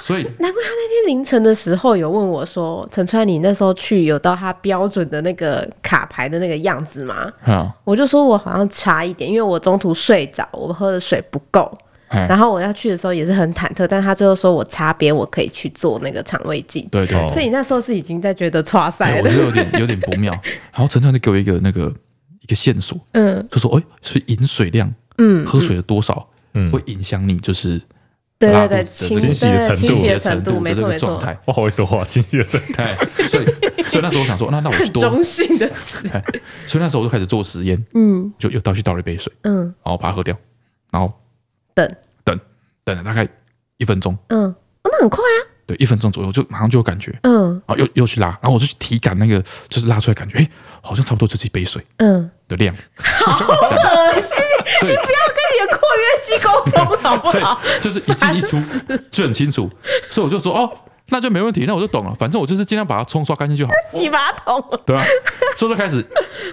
B: 所以
A: 难怪他那天凌晨的时候有问我说：“陈川，你那时候去有到他标准的那个卡牌的那个样子吗
B: 啊，？”
A: 我就说我好像差一点，因为我中途睡着，我喝的水不够。
B: 哎
A: 然，后我要去的时候也是很忐忑，但他最后说我擦边，我可以去做那个肠胃镜。
B: 对对
C: 哦
A: 所以你那时候是已经在觉得差
B: 哎
A: 赛
B: 我
A: 了
B: 觉，得有点有点不妙。然后陈川就给我一个那个一个线索，
A: 嗯
B: 就说哎，是饮水量，
A: 嗯，
B: 喝水的多少
C: 嗯，
B: 会影响你就是
A: 对
B: 拉
A: 对对，
B: 肚子
A: 清
C: 清洗的
A: 对
C: 程
A: 清
C: 度
A: 洗
B: 你
A: 的
B: 的
A: 程
B: 度
A: 度，没
B: 的这
A: 错
B: 个
A: 没
B: 状
A: 错，
B: 态。
C: 我好会说话，清洁水。
B: 哎，所以所以那时候我想说，那那我去
A: 很
B: 多
A: 中性的词，
B: 哎，所以那时候我就开始做实验，
A: 嗯
B: 就又倒去倒了一杯水，
A: 嗯
B: 然后把它喝掉，然后
A: 等
B: 等等了大概一分钟，
A: 嗯，哦那很快啊，
B: 对，一分钟左右就马上就有感觉，
A: 嗯
B: 然后又又去拉，然后我就去体感那个就是拉出来感觉，哎，好像差不多就是一杯水
A: 嗯，
B: 的量，
A: 恶心，
B: 所以
A: 你的括约肌沟通好不
B: 所以
A: 好？
B: 就是一进一出就很清楚，所以我就说哦，那就没问题，那我就懂了，反正我就是尽量把它冲刷干净就好，
A: 洗马桶，
B: 对吧、 所以就开始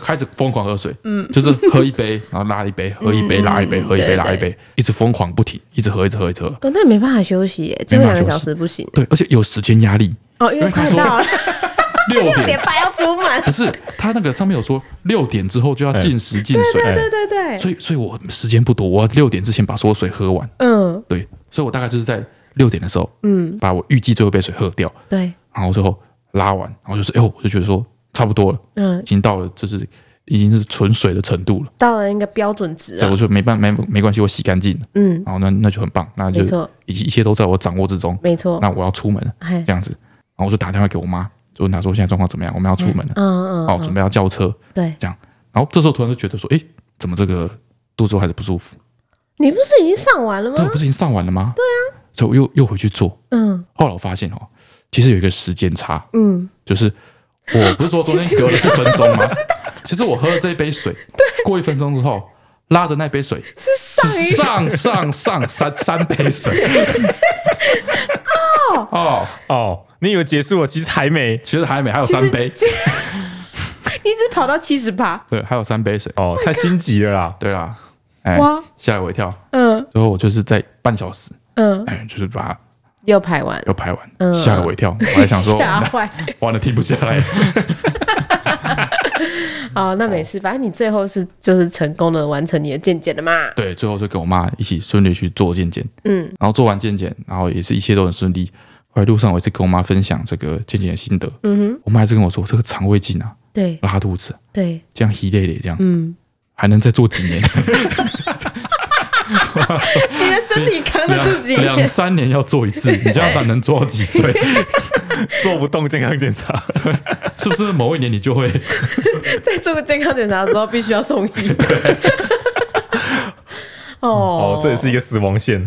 B: 开始疯狂喝水，嗯，就是喝一杯，然后拉一杯，喝一杯，拉一杯，喝一杯，
A: 嗯对
B: 拉一杯，一直疯狂不停，一直喝，一直喝，一直喝。
A: 哦，那没办法休息耶，最后
B: 没办
A: 两
B: 法
A: 个
B: 休
A: 小
B: 息
A: 时不行
B: 对，而且有时间压力，
A: 哦，因为快到了，
B: 六
A: 六 点
B: 点
A: 半要出门
B: 不。是他那个上面有说六点之后就要进食进水，
C: 对
A: 对对对，
B: 所以所以我时间不多，我要六点之前把所有水喝完。
A: 嗯
B: 对，所以我大概就是在六点的时候
A: 嗯，
B: 把我预计最后一杯水喝掉，
A: 对，
B: 然后最后拉完，然后就是哎呦，我就觉得说差不多了，
A: 嗯
B: 已，经到了就是已经是纯水的程度了。
A: 到了那个标准值
B: 对，
A: 啊
B: 我，说没办没没关系，我洗干净了。
A: 嗯，
B: 然后那那就很棒，那就
A: 没错
B: 一一切都在我掌握之中。
A: 没错，
B: 那我要出门了，
A: 哎，
B: 这样子，然后我就打电话给我妈，就问她说现在状况怎么样，我们要出门了，
A: 嗯嗯，
B: 哦，准
A: 备
B: 备要叫车。
A: 对，
B: 然后这时候突然就觉得说，哎，怎么这个肚子还是不舒服？
A: 你不是已经上完了
B: 对，
A: 吗
B: 我不？是已经上完了吗？对啊，所以我又又回去做。
A: 嗯
B: 后来我发现哦，其实有一个时间差，
A: 嗯，
B: 就是我不是说昨天隔了一分钟吗？其实我喝了这一杯水，过一分钟之后拉的那杯水
A: 是上
B: 是
A: 一
B: 上上上三三杯水。哦，
C: 哦，你以为结束了，其实还没。
B: 其实还没，还有三杯，
A: 你只跑到七十八，
B: 对，还有三杯水。
C: 哦，太心急了啦。
B: 对啦，哎
A: 哇，
B: 吓了我一跳。
A: 嗯
B: 最后我就是在半小时，
A: 嗯，
B: 哎，就是把它
A: 又排完，
B: 又拍完，
A: 嗯
B: 吓了我一跳。我还想说，
A: 吓坏。
B: 完了停不下 来。
A: 哦，那没事，反正你最后是就是成功的完成你的健检了嘛。
B: 对，最后就跟我妈一起顺利去做健检，
A: 嗯，
B: 然后做完健检，然后也是一切都很顺利。后来路上我也是跟我妈分享这个健检的心得，
A: 嗯哼，
B: 我妈还是跟我说，这个肠胃镜啊，
A: 对
B: 拉肚子
A: 对，
B: 这样一类类这样，
A: 嗯，
B: 还能再做几年？
A: 你的身体 扛得住几
B: 两两
A: 年？
B: 三年要做 一次，你这样还能做到几岁？
A: 哎
C: 做不动健康检查，
B: 是不是某一年你就 会？
A: 在做个健康检查的时候，必须要送医。哦
C: 哦，这也是一个死亡线。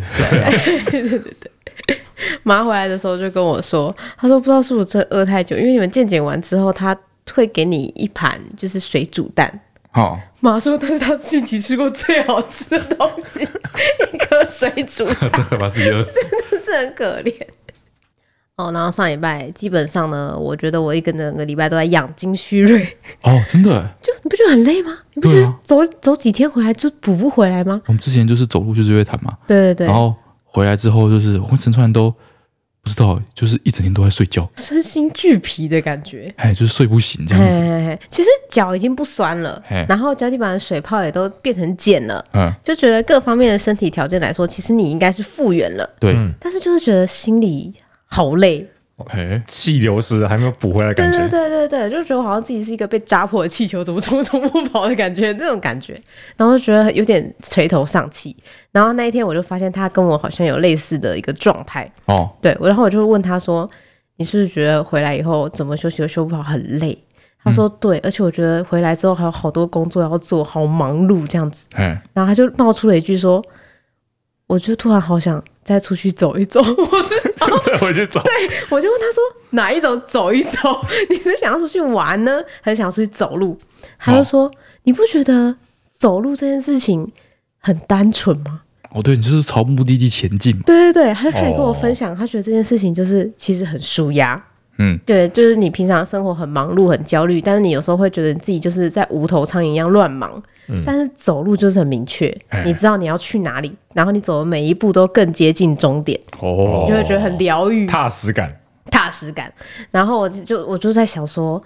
A: 妈回来的时候就跟我说，她说不知道是不是真的饿太久，因为你们健检完之后，她会给你一盘就是水煮蛋。
B: 哦，
A: 妈说，但是她近期吃过最好吃的东西，一颗水煮
B: 真的把自己饿死。
A: 真是很可怜。哦，然后上礼拜基本上呢，我觉得我一个整个礼拜都在养精蓄锐，
B: 哦，真的欸，
A: 就你不觉得很累吗？你不觉
B: 对
A: 得
B: 啊
A: 走、走几天回来就补不回来吗？
B: 我们之前就是走路就是会谈嘛，
A: 对对
B: 然
A: 对，
B: 后回来之后就是我跟陈川都不知道，就是一整天都在睡觉，
A: 身心俱疲的感觉。
B: 哎，就是睡不醒这
A: 嘿
B: 样子，
A: 嘿嘿，其实脚已经不酸了
B: 嘿，
A: 然后脚底板的水泡也都变成茧了，
B: 嗯，
A: 就觉得各方面的身体条件来说，其实你应该是复原了，
B: 对，
C: 嗯
A: 但是就是觉得心里好累。
B: 哎，
C: 气流失了还没有补回来的
A: 对
C: 感
A: 对
C: 觉，
A: 对对对，就觉得我好像自己是一个被扎破的气球，怎么冲冲不跑的感觉，这种感觉，然后就觉得有点垂头丧气。然后那一天我就发现他跟我好像有类似的一个状态，
B: 哦，
A: 对我，然后我就问他说：“你是不是觉得回来以后怎么休息都休不好，很累？”他说：“对，而且我觉得回来之后还有好多工作要做，好忙碌这样子。
B: 哎，”
A: 然后他就冒出了一句说：“我就突然好想再出去走一走。” 我是
C: 再回去找。
A: 我就问他说哪一种走 一走？你是想要出去玩呢，还是想要出去走路？他就说、你不觉得走路这件事情很单纯吗？
B: 哦，对，你就是朝目的地前进嘛，
A: 对对对，他就开始跟我
B: 哦
A: 分享，他觉得这件事情就是其实很舒压。
B: 嗯，
A: 对，就是你平常生活很忙碌、很焦虑，但是你有时候会觉得你自己就是在无头苍蝇一样乱忙。
B: 嗯
A: 但是走路就是很明确，
B: 哎
A: 你知道你要去哪里，然后你走的每一步都更接近终点，
B: 哦
A: 你就会觉得很疗愈、
C: 踏实感，
A: 踏实感。然后我就就我就在想说，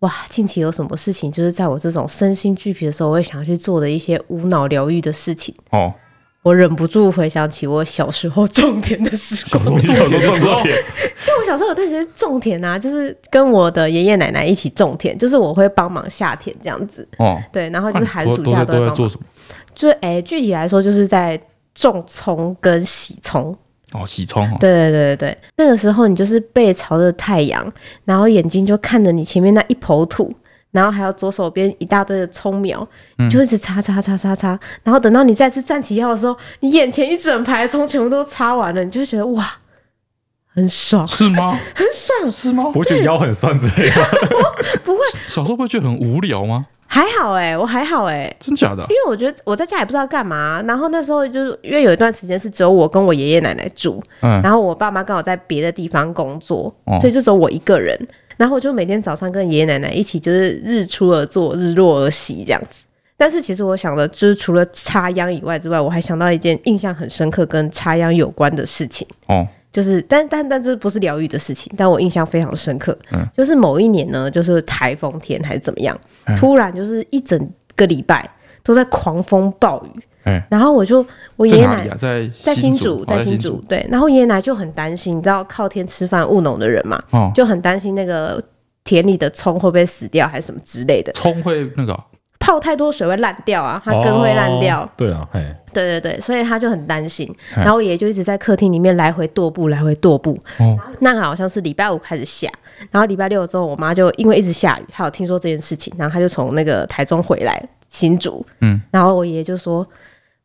A: 哇，近期有什么事情，就是在我这种身心俱疲的时候，我会想要去做的一些无脑疗愈的事情。
B: 哦，
A: 我忍不住回想起我小时候种田的时光，
C: 你小时候种过田，
A: 就我小时候有段时间种田啊，就是跟我的爷爷奶奶一起种田，就是我会帮忙下田这样子。
B: 哦，
A: 对，然后就是寒
B: 都
A: 暑
B: 都
A: 假会
B: 在哎都在
A: 帮忙
B: 做，什么？
A: 就是哎、具体来说就是在种葱跟洗葱。
B: 哦，洗窗哦，
A: 对对对对对，那个时候你就是背朝着太阳，然后眼睛就看着你前面那一抔土，然后还有左手边一大堆的葱苗，
B: 嗯
A: 你就一直擦擦擦擦擦，然后等到你再次站起腰的时候，你眼前一整排葱全部都擦完了，你就会觉得哇，很爽，
B: 是吗？
A: 很爽，
B: 是吗？
C: 不会觉得腰很酸之类的。
A: 不会
B: 小时候不会觉得很无聊吗？
A: 还好哎、我还好哎、
B: 真假的啊
A: 因？为我觉得我在家也不知道干嘛，啊然后那时候就是因为有一段时间是只有我跟我爷爷奶奶住，
B: 嗯，
A: 然后我爸妈刚好在别的地方工作，
B: 哦
A: 所以就只有我一个人。然后我就每天早上跟爷爷奶奶一起，就是日出而作，日落而息这样子。但是其实我想的，就是除了插秧以外之外，我还想到一件印象很深刻跟插秧有关的事情，
B: 哦，
A: 就是但但但这不是疗愈的事情，但我印象非常深刻。
B: 嗯
A: 就是某一年呢，就是台风天还是怎么样，
B: 嗯
A: 突然就是一整个礼拜都在狂风暴雨，
B: 哎，
A: 然后我就我爷
B: 在
A: 爷
B: 哪
A: 奶
B: 里啊？在
A: 在新
B: 竹
A: 竹，，
B: 哦
A: 在新竹，，对。然后爷爷奶奶就很担心，你知道靠天吃饭务农的人嘛，
B: 哦，
A: 就很担心那个田里的葱会不会死掉，还是什么之类的。
B: 葱会那个哦
A: 泡太多水会烂掉啊，它根会烂掉。
C: 哦。对啊，哎，
A: 对对对，所以他就很担心。
B: 嗯
A: 然后我爷爷就一直在客厅里面来回踱步，来回踱步。
B: 哦
A: 那好像是礼拜五开始下，然后礼拜六的时候，我妈就因为一直下雨，她有听说这件事情，然后她就从那个台中回来新竹，
B: 嗯，
A: 然后我爷爷就说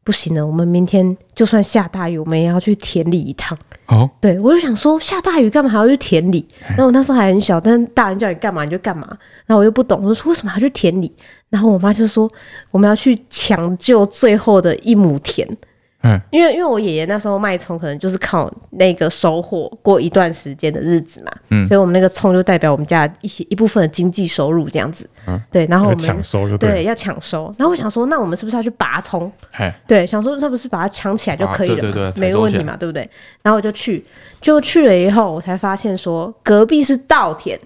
A: 不行了，我们明天就算下大雨，我们也要去田里一趟。
B: 哦，
A: 对我就想说下大雨干嘛还要去田里？然后我那时候还很小，但是大人叫你干嘛你就干嘛，然后我又不懂，我就说为什么还要去田里？然后我妈就说我们要去抢救最后的一亩田。
B: 嗯，
A: 因为因为我爷爷那时候卖葱，可能就是靠那个收获过一段时间的日子嘛，
B: 嗯
A: 所以我们那个葱就代表我们家一些一部分的经济收入这样子，
B: 嗯
A: 对，然后我
C: 要
A: 们
C: 抢收就
A: 对
C: 对了。
A: 要抢收，然后我想说，那我们是不是要去拔葱？
B: 哎，
A: 对，想说那不是把它抢起来就可以了嘛，
B: 啊对对对
A: 没问题嘛，对不对？然后我就去，就去了以后，我才发现说隔壁是稻田，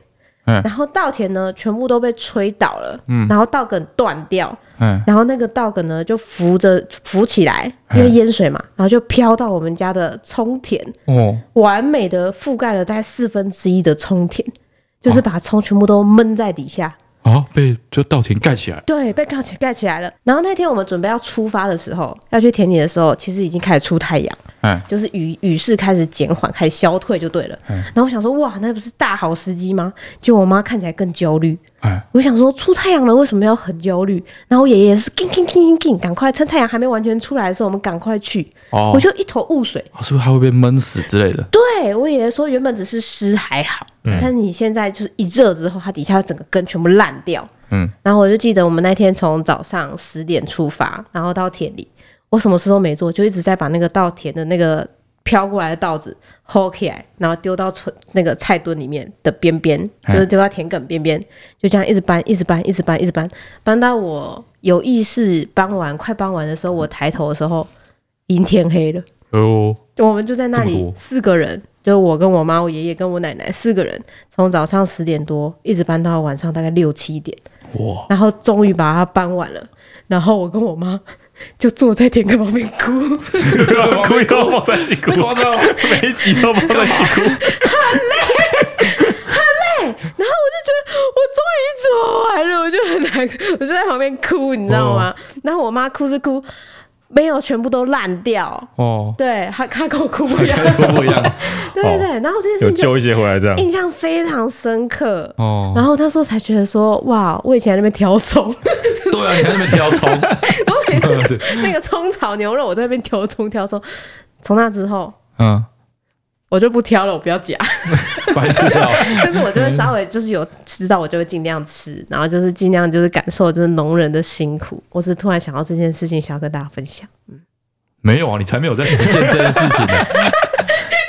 B: 嗯
A: 然后稻田呢全部都被吹倒了，然后稻梗断掉，
B: 嗯，
A: 然后那个稻梗呢就浮着浮起来，因为
B: 嗯
A: 淹水嘛，然后就飘到我们家的葱田，
B: 哦，
A: 完美的覆盖了大概四分之一的葱田，就是
B: 哦
A: 把葱全部都闷在底下。
B: 啊，被就稻田盖起来，
A: 对，被盖起盖起来了。然后那天我们准备要出发的时候，要去田里的时候，其实已经开始出太阳，
B: 嗯
A: 就是雨雨势开始减缓，开始消退就对了。然后我想说，哇，那不是大好时机吗？就我妈看起来更焦虑。
B: 哎，
A: 我想说，出太阳了，为什么要很焦虑？然后我爷爷是叮叮叮叮叮，赶快趁太阳还没完全出来的时候，我们赶快去。
B: 哦
A: 我就一头雾水。
B: 啊是不是还会被闷死之类的？嗯
A: 对我爷爷说，原本只是湿还好，但是你现在就是一热之后，它底下整个根全部烂掉。
B: 嗯，
A: 然后我就记得我们那天从早上十点出发，然后到田里，我什么事都没做，就一直在把那个稻田的那个飘过来的稻子 hold 起来，然后丢到存那个菜墩里面的边边，
B: 嘿
A: 就是丢到田埂边边，就这样一直搬，一直搬，一直搬，一直搬，搬到我有意识搬完，快搬完的时候，我抬头的时候已经天黑了。
B: 哎呦，
A: 我们就在那
B: 这么
A: 里
B: 多
A: 四个人，就是我跟我妈、我爷爷跟我奶奶四个人，从早上十点多一直搬到晚上大概六七点，
B: 哇，
A: 然后终于把它搬完了。然后我跟我妈 就坐在田埂旁边哭，
C: 故意都抱在一起 哭，
B: 夸张，
C: 每一集都抱在一起哭。
A: 然后我就觉得我终于做完了，我就很难过，我就在旁边哭，你知道吗？然后我妈哭是哭，没有全部都烂掉，
B: 哦，
A: 对，她她跟我哭不一样，
B: 跟我一哦样，
A: 对对对。然后这件事
C: 有
A: 情就
C: 救一些回来这样，
A: 印象非常深刻。
B: 哦，
A: 然后那时候才觉得说，哇，我以前在那边挑葱，
B: 对啊，你还在那边挑葱，
A: 我每次
B: 对，
A: 那个葱炒牛肉，我都在那边挑葱挑葱。从那之后，
B: 嗯，
A: 我就不挑了，我不要 夹，
B: 白痴哦掉，
A: 就是我就会稍微就是有吃到，我就会尽量吃，然后就是尽量就是感受就是农人的辛苦。我只是突然想到这件事情，想要跟大家分享。
B: 没有啊，你才没有在实践这件事情呢。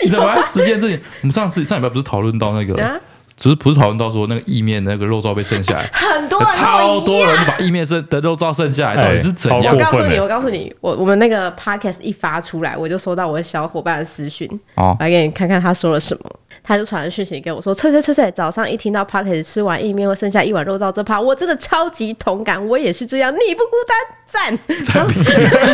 B: 你怎么还实践这件？我们上次上礼拜不是讨论到那 个
A: 啊，
B: 只是不是讨论到说那个意面那个肉燥被剩下来，
A: 很多人
B: 超
A: 都一
B: 多
A: 样。
B: 人把意面剩的肉燥剩下来，到底是怎
C: 哎
B: 样
A: 我
C: 超？
A: 告
C: 过
A: 诉
C: 分
A: 你，
C: 欸
A: 我告诉你，我我们那个 podcast 一发出来，我就收到我的小伙伴的私讯，
B: 哦，
A: 来给你看看他说了什么。他就传讯息给我说：“翠翠翠翠，早上一听到 p o c k e t 吃完意面会剩下一碗肉燥这趴，我真的超级同感，我也是这样，你不孤单，赞。”
B: 产品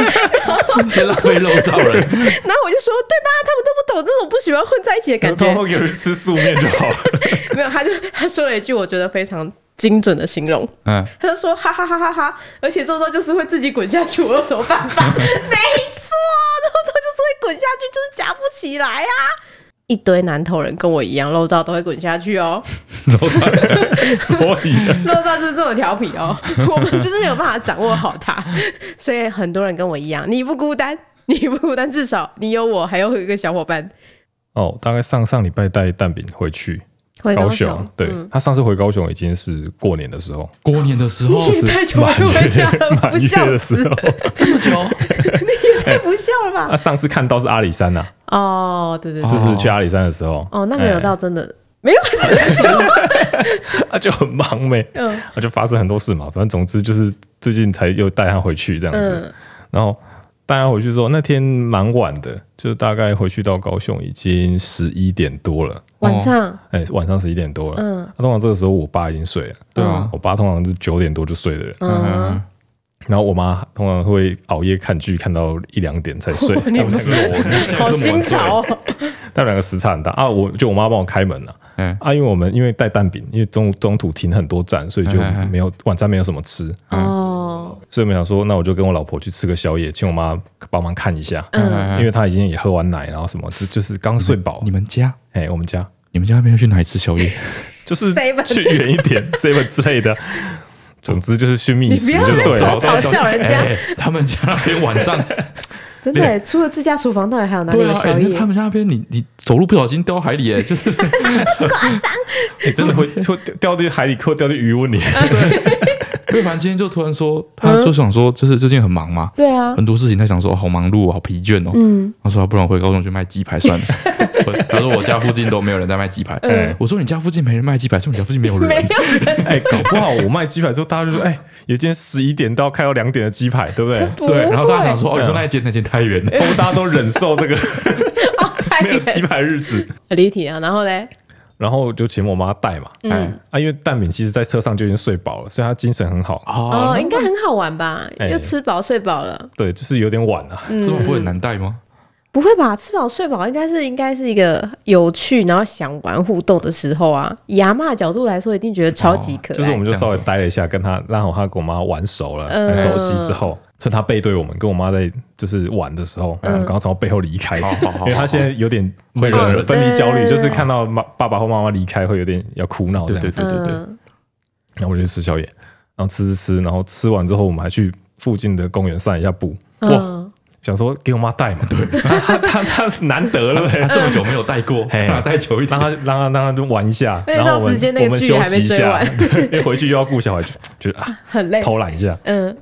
B: 先浪费肉燥了，
A: 然后我就说：“对吧？他们都不懂这种不喜欢混在一起的 感
C: 偷偷
A: 觉。
C: 给人吃素面就好了。”
A: 没有，他就他说了一句我觉得非常精准的形容，
B: 嗯，
A: 他就说：“哈哈哈哈哈！而且肉燥就是会自己滚下去，我有什么办法？”没错，肉燥就是会滚下去，就是夹不起来啊。一堆南头人跟我一样，肉燥都会滚下去哦。
B: 肉燥
C: 所以
A: 肉燥就是这么调皮哦， 我们就是没有办法掌握好 它，所以很多人跟我一样，你不孤单， 你不孤单，至少你有我，还有一个小伙伴。
C: 哦，大概上上礼拜带蛋饼回去
A: 回
C: 高
A: 雄，嗯
C: 雄，对他上次回高雄已经是过年的时 候，
B: 过年的时候
A: 你也太久
C: 满
A: 不
C: 月
A: 孝了，
C: 满
A: 不
C: 月
A: 孝
C: 的时
A: 子，
C: 候。
B: 这 么久，
A: 太不孝了 吧？
C: 啊，上次看到是阿里山呐，
B: 哎
A: 哦，对对对，
B: 啊
C: 就是去阿里山的时候，哎
A: 哦，那没有 到真的没有，还是
C: 啊就很忙 呗，
A: 嗯
C: 啊就发生很多事嘛，反正总之就是最近才又带他回去这样子，
B: 哦
A: 嗯，
C: 然后带他回去之后，那天蛮晚的，就大概回去到高雄已经十一点多了。
A: 晚上
C: 哎、晚上十一点多了。
A: 嗯
C: 那通常这个时候我爸已经睡了。
B: 对啊
C: 我爸通常是九点多就睡的人，
B: 嗯，
C: 然后我妈通常会熬夜看剧，看到一两点才睡。他
A: 你
B: 哎
C: 们
A: 们
C: 两
A: 是
C: 个，
A: 好新潮哦，
C: 他们两个时差很大啊！我就我妈帮我开门了
B: 嗯
C: 啊，因为我们因为带蛋饼，因为中中途停很多站，所以就
B: 嗯嗯嗯
C: 没有晚餐没有什么吃，
B: 嗯
A: 哦，
C: 所以我们想说，那我就跟我老婆去吃个宵夜，请我妈帮忙看一下，
B: 嗯
C: 因为她已经也喝完奶，然后什么就就是刚睡饱
B: 你。们家
C: 哎、我们家
B: 你们家那边要去哪里吃宵夜？
C: 就是
A: 7-Eleven
C: 去远一 点 seven 之类的，总之就是去觅
A: 你
C: 食
A: 不要
C: 就对
A: 再
B: 啊
C: 了
A: 嘲。笑人 家，
B: 哎，他们家那边 晚上
A: 真的耶，哎除了自家厨房，到底还有哪里
B: 对
A: 有
B: 啊，哎
A: 宵
B: 那
A: 夜
B: 他？们家那边你你走路不小心掉海 里，哎，就是
C: 哎真的会会掉掉到海里，或掉到鱼窝里。
B: 非凡今天就突然说，他就想说，就是最近很忙嘛，
A: 嗯对啊，
B: 很多事情，他想说哦好忙碌哦，好疲倦哦。
A: 嗯，
B: 他说不然我回高雄去卖鸡排算 了。我他说我家附近都没有人在卖鸡排。
C: 嗯
B: 我说你家附近没人卖鸡排，说你家附近没有
A: 没
B: 人。
A: 有
C: 哎、搞不好我卖鸡排之后，大家就说：“哎、有一间十一点到开到两点的鸡排，对不对
A: 不
B: 对，然后大家想
A: 会
B: 说哦，你说那一间那间太远了。？”
C: 哦大家都忍 受这个
A: 哦，太
C: 没有鸡
A: 远
C: 排日子，
A: 离题啊，然后嘞，
C: 然后就请我妈带嘛。
A: 嗯
B: 哎，
C: 啊，因为蛋饼其实在车上就已经睡饱了，所以她精神很好。
A: 哦，
B: 哦，
A: 应该很好玩吧？
C: 哎
A: 又吃饱睡饱了，
C: 对，就是有点晚了、啊
A: 嗯
B: 这种不会很难带吗？
A: 不会吧？吃饱睡饱应该是应该是一个有趣，然后想玩互动的时候啊。以阿妈角度来说，一定觉得超级可爱。哦
C: 就是我们就稍
B: 这
C: 微
B: 样子
C: 待了一下，跟她，然后她跟我妈玩熟了，
A: 嗯
C: 熟悉之后，趁她背对我们，跟我妈在就是玩的时候，
A: 嗯
C: 赶快从我背后离开，
B: 哦好好好
C: 因为她现在有点会
B: 会
C: 有
B: 人
C: 分
A: 对
C: 泌焦虑，
A: 对
C: 就是看到妈爸爸或妈妈离开会有点要哭闹
B: 对
C: 这样
B: 对
C: 子。
B: 对对对，
A: 嗯
C: 然后我就去吃宵夜，然后吃吃吃，然后吃完之后，我们还去附近的公园散一下步。哇，
A: 嗯，
C: 想说给我妈带嘛，对， 她她她她难得了，对
B: 他哎这么久没有带过，
C: 嘿
B: 带久一
C: 让
B: 点
C: 她。让她让她就玩一下，
A: 那
C: 然后
A: 到
C: 我们
A: 时间那个
C: 我们
A: 剧
C: 休
A: 还没
C: 息一
A: 追
C: 下，
A: 完
C: 因为回去又要顾小孩，就就啊
A: 很累。
C: 偷懒一下。
A: 嗯，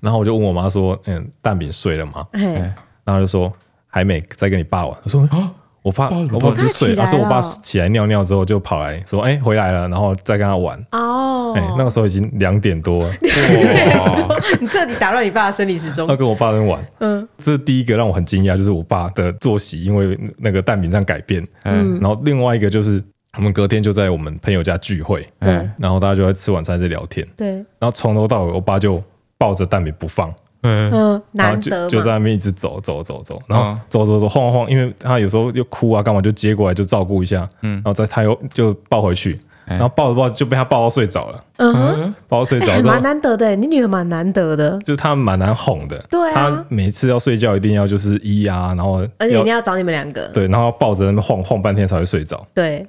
C: 然后我就问我妈说：“嗯，蛋饼睡了吗
A: 哎，
B: 哎？”
C: 然后她就说：“还没，在跟你爸玩。”我说：“
B: 啊，
C: 我爸，
B: 爸
C: 我爸不是
A: 你
C: 睡，
A: 爸
C: 他
A: 起
C: 说
A: 来
C: 我爸
A: 了
C: 起来尿尿之后就跑来说，哎、回来了，然后再跟他玩。
A: 哦，
C: 哎、那个时候已经两点多了，
B: 哇，
A: 你彻底打乱你爸的生理时钟
C: 要。跟我爸在那玩。
A: 嗯，
C: 这是第一个让我很惊讶，就是我爸的作息因为那个蛋饼上改变。
B: 嗯
C: 然后另外一个就是我们隔天就在我们朋友家聚会，
A: 对
B: 嗯
C: 然后大家就在吃晚餐在聊天，
A: 对，
C: 然后从头到尾我爸就抱着蛋饼不放，
B: 嗯，
A: 嗯，
C: 然后
A: 难得
C: 就
A: 嘛，
C: 就在那边一直走走走走，然后
B: 嗯
C: 走走走晃晃晃，因为他有时候又哭啊干嘛，就接过来就照顾一下，嗯，然后再他又就抱回去，
B: 哎
C: 然后抱着抱着就被他抱到睡着了，
A: 嗯哼，
C: 抱到睡
A: 哎
C: 着
A: 还
C: 之后
A: 蛮。难得的，你女儿蛮难得的，
C: 就是他蛮难哄的，
A: 对啊
C: 他每次要睡觉一定要就是一啊，然后
A: 而且一
C: 要
A: 定要找你们两个。
C: 对，然后抱着那边晃晃半天才会睡着。
A: 对，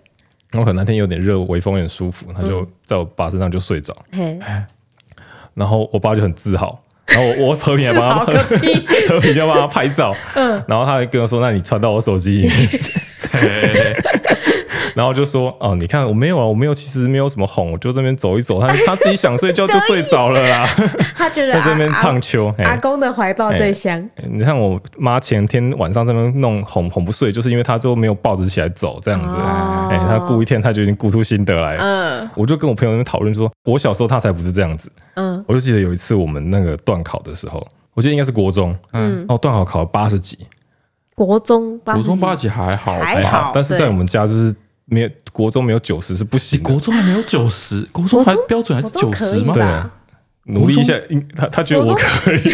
C: 然后可能那天有点热，微风有点舒服，他
A: 嗯
C: 就在我爸身上就睡着。
A: 嘿，
C: 然后我爸就很自豪，然后我我和平还 帮他
A: 自豪个屁
C: 和平就帮他拍照，
A: 嗯
C: 然后他还跟我说：“那你传到我手机里面。
B: 哎”
C: 然后就说：“哦，你看我没有啊，我没有，其实没有什么哄，我就这边走一 走，他他自己想睡觉就睡着了啦，
A: 他觉得
C: 在这
A: 阿
C: 边唱
A: 啊阿
C: 秋。嘿
A: 阿公的怀抱
C: 哎
A: 最香。
C: 你看我妈前天晚上在那边弄哄哄不睡，就是因为她都没有抱着起来走这样子，
A: 哦
C: 哎、她顾一天她就已经顾出心得来了。
A: 嗯
C: 我就跟我朋友那边讨论说，我小时候他才不是这样子。
A: 嗯
C: 我就记得有一次我们那个段考的时候，我记得应该是国中，嗯，然后段考考了八十几，
A: 国中八
B: 国中八
A: 八
B: 级还好吧，
A: 还好
C: 但是在
A: 对
C: 我们家就是没有国中没有九十是不行的
B: 国。中还没有九十，国中还
A: 国中
B: 标准还是九十
A: 国中可以？
B: 吗
C: 对
A: 吧
C: 啊，努力一下，应他他觉得我
A: 国中
C: 可以，
A: 我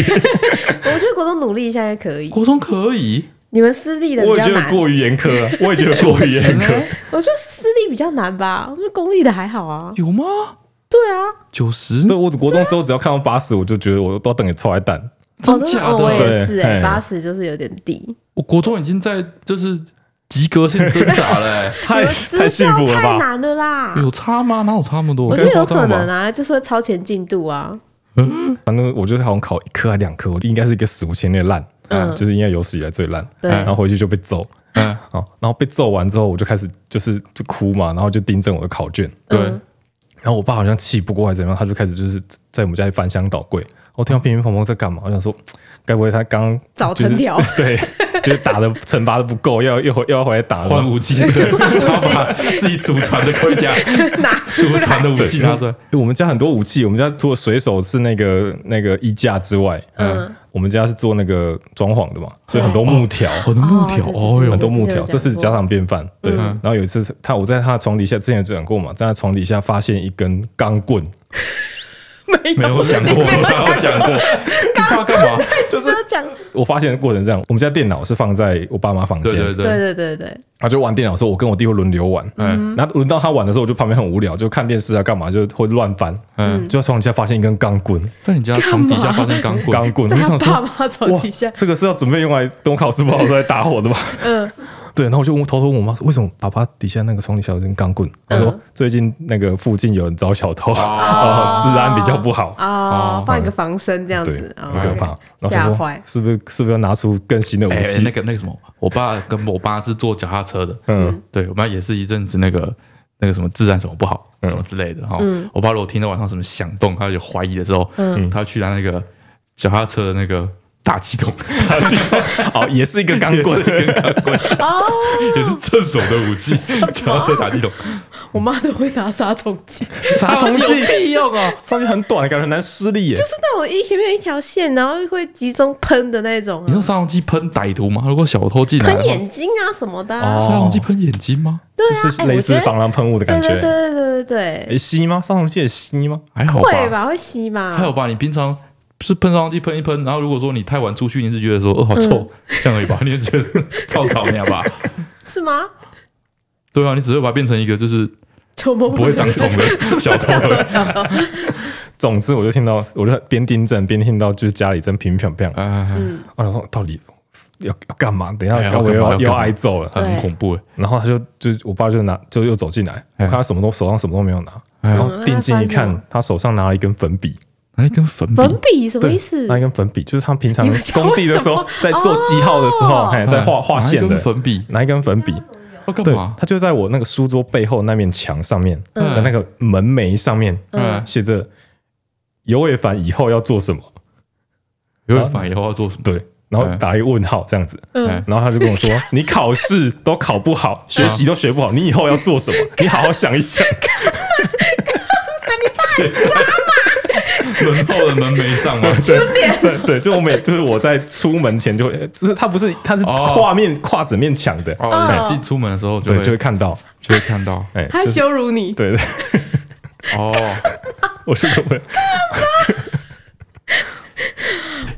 A: 觉得国中努力一下也可以。
B: 国中可以，
A: 你们私立的比
C: 我也
A: 较
C: 觉得
A: 难，
C: 过于严苛啊，我 也觉得过于严苛。
A: 我觉得私立比较难吧，我们公立的还好啊。
B: 有吗？
A: 对啊，
B: 九十
C: 对，我国中时候只要看到八十，我就觉得我都要等你臭来蛋。
B: 真
A: 哦真
B: 假
A: 哦我
B: 的？
A: 也是
C: 对
A: 哎，
C: 嘿
A: 八十就是有点低。，
B: 我国中已经在就是及格线挣扎了 欸
A: 你
C: 太
A: 们私
C: 太幸
A: 校
C: 福了
A: 太
C: 吧！
A: 难了啦。
B: 有差吗？哪有差那么多？
A: 我觉得
B: 更
A: 有
B: 夸张
A: 可
B: 了吧
A: 能啊，就是会超前进度 啊。
C: 反正我觉得好像考一科还两科，我应该是一个史无前例的烂，
A: 嗯
C: 就是应该有史以来最烂。
A: 对
C: 然后回去就被揍，
B: 嗯，
C: 哦，然后被揍完之后，我就开始就是就哭嘛，然后就盯着我的考卷，
A: 嗯
B: 对，
C: 然后我爸好像气不过还是怎么样，他就开始就是在我们家里翻箱倒柜。我听到乒乒乓乓在干嘛？我想说，该不会他刚
A: 找
C: 就是
A: 藤条
C: 对，就是打的惩罚的不够，要又回又要回来打了
B: 换武 器，啊对，他把自己祖传的盔甲、
A: 拿出
B: 祖传
A: 来。
B: 的武
C: 哦对
B: 器拿出来，。
C: 我们家很多武器，我们家除了水手是那个那个衣架之外，
A: 嗯
C: 嗯，我们家是做那个装潢的嘛，所以很多木条，
B: 我的木条，
A: 哦
B: 哦
A: 这
B: 哟
C: 很
A: 这，
C: 多木条，
A: 这
C: 这
A: 次有讲过
C: 是家常便饭。对，然后有一次他我在他的床底下，之前有讲过嘛，在他床底下发现一根钢棍，
A: 没
B: 没有讲过，
A: 没有
B: 哪有 讲过，你爸干嘛？
A: 就是讲，
C: 我发现的过程这样，我们家电脑是放在我爸妈房
B: 对
C: 间，
B: 对嗯
A: 对
B: 对，
A: 对对对，
C: 他就玩电脑的时候，我跟我弟会轮流玩。
B: 嗯
C: 然后轮到他玩的时候，我就旁边很无聊，就看电视啊，干嘛就会乱翻，
B: 嗯，
C: 就在床底下发现一根钢棍，
B: 在你家床底下发现钢
C: 钢
B: 棍，
C: 棍，我
A: 在他
C: 就想
A: 爸
C: 说，
A: 妈床底下
C: 哇，，这个是要准备用来等我考试不好的时候来打我的吧？
A: 嗯，
C: 对，然后我就问偷偷问我妈说，为什么爸爸底下那个床底下有根钢棍？她说
A: 嗯
C: 最近那个附近有人找小偷，哦， 治安比较不好。
A: 哦
B: 哦，
A: 放一个防身这样
C: 对
A: 子，，哦
C: 很可怕。然后她
A: 吓
C: 说
A: 坏，
C: 是不是是不是要拿出更新的武
B: 哎，
C: 器？
B: 那个那个什么，我爸跟我妈是坐脚踏车的，
C: 嗯，
B: 对我妈也是一阵子那个那个什么治安什么不好什么之类的哈。我爸如果听到晚上什么响动，他就怀疑的时候，他去拿那个脚踏车的那个大气筒，
C: 哦，也是一个 钢棍，
A: 哦，
B: 也是正手的武器，脚踏车打气筒，
A: 我妈都会拿杀虫 剂，
C: 杀虫剂，
B: 有屁用哦！
C: 杀虫剂很短，感觉很难施力耶。
A: 是那种一前面有一条线，然后会集中喷的那种啊
B: 你，用杀虫剂喷歹徒吗？如果小偷进来的
A: 喷
B: 话，
A: 眼睛啊什么的啊，
C: 哦
B: 杀虫剂喷眼睛吗？
A: 对
C: 就
A: 啊，
C: 是
A: 哎，
C: 类
A: 我
C: 似
A: 觉得
C: 防狼喷雾的
A: 对
C: 感
A: 对
C: 觉。哎
A: 对对对对
C: 诶，吸吗？杀虫剂也吸吗？
B: 还
A: 对，
B: 好
A: 会
B: 吧，
A: 吧，会吸吧，
B: 还好吧。你平常是喷杀虫剂喷一喷，然后如果说你太晚出去，你是觉得说哦好臭，
A: 嗯
B: 这样而已吧？你就觉得 臭草鸟吧？
A: 是吗？
B: 对啊，你只会把它变成一个就是
A: 球萌
B: 不会长虫 的小偷
A: 这。样子小偷，
C: 总之，我就听到，我就边盯着边听到，就是家里真乒乒乓乓。
B: 啊，
A: 嗯
C: 我想说，到底要要干嘛？等一
B: 哎
C: 下
B: 要
C: 高伟
B: 干嘛
C: 要
B: 要
C: 又
B: 干嘛
C: 挨揍了。
B: 很恐怖哎！
C: 然后他就就我爸就拿就又走进来，我
B: 哎
C: 看他什么都手上什么都没有拿，
B: 哎
C: 然后定睛一
A: 嗯那他翻什
C: 看
A: 么，
C: 他手上拿了一根粉笔，
B: 拿一根哎粉笔，
A: 粉笔什么
C: 对
A: 意思？
C: 拿一根粉笔就是他平常
A: 你们家
C: 工地的时候
A: 为
C: 在
A: 什么
C: 做记号的时候，
A: 哦
C: 哎，在画画线
B: 拿一根
C: 的，
B: 粉笔，
C: 拿一根粉笔，
B: 要干
C: 对
B: 嘛，？
C: 他就在我那个书桌背后那面墙上面
B: 嗯
C: 的那个门楣上面
B: 嗯
C: 写着尤伟凡以后要做什么。
B: 有点反以后要做什么？
C: 对，然后
B: 嗯
C: 打一个问号这样子，
B: 嗯
C: 然后他就跟 我说：“你考试都考不好，学习都学
B: 嗯
C: 不好，你以后要做 什么？你好好想一想。
B: 门后的门没上 吗？
A: 嗯
C: 对”对对就我每就是我在出门前就会，就是他不是他是
B: 哦
C: 跨面、跨整面墙的，
B: 哦，你进出门的时候就
C: 对，
B: 会
C: 就会看到，
B: 就会看到
C: 哎、
A: 他
C: 就是
A: 羞辱你，
C: 对 对，
B: 哦，
C: 我是我们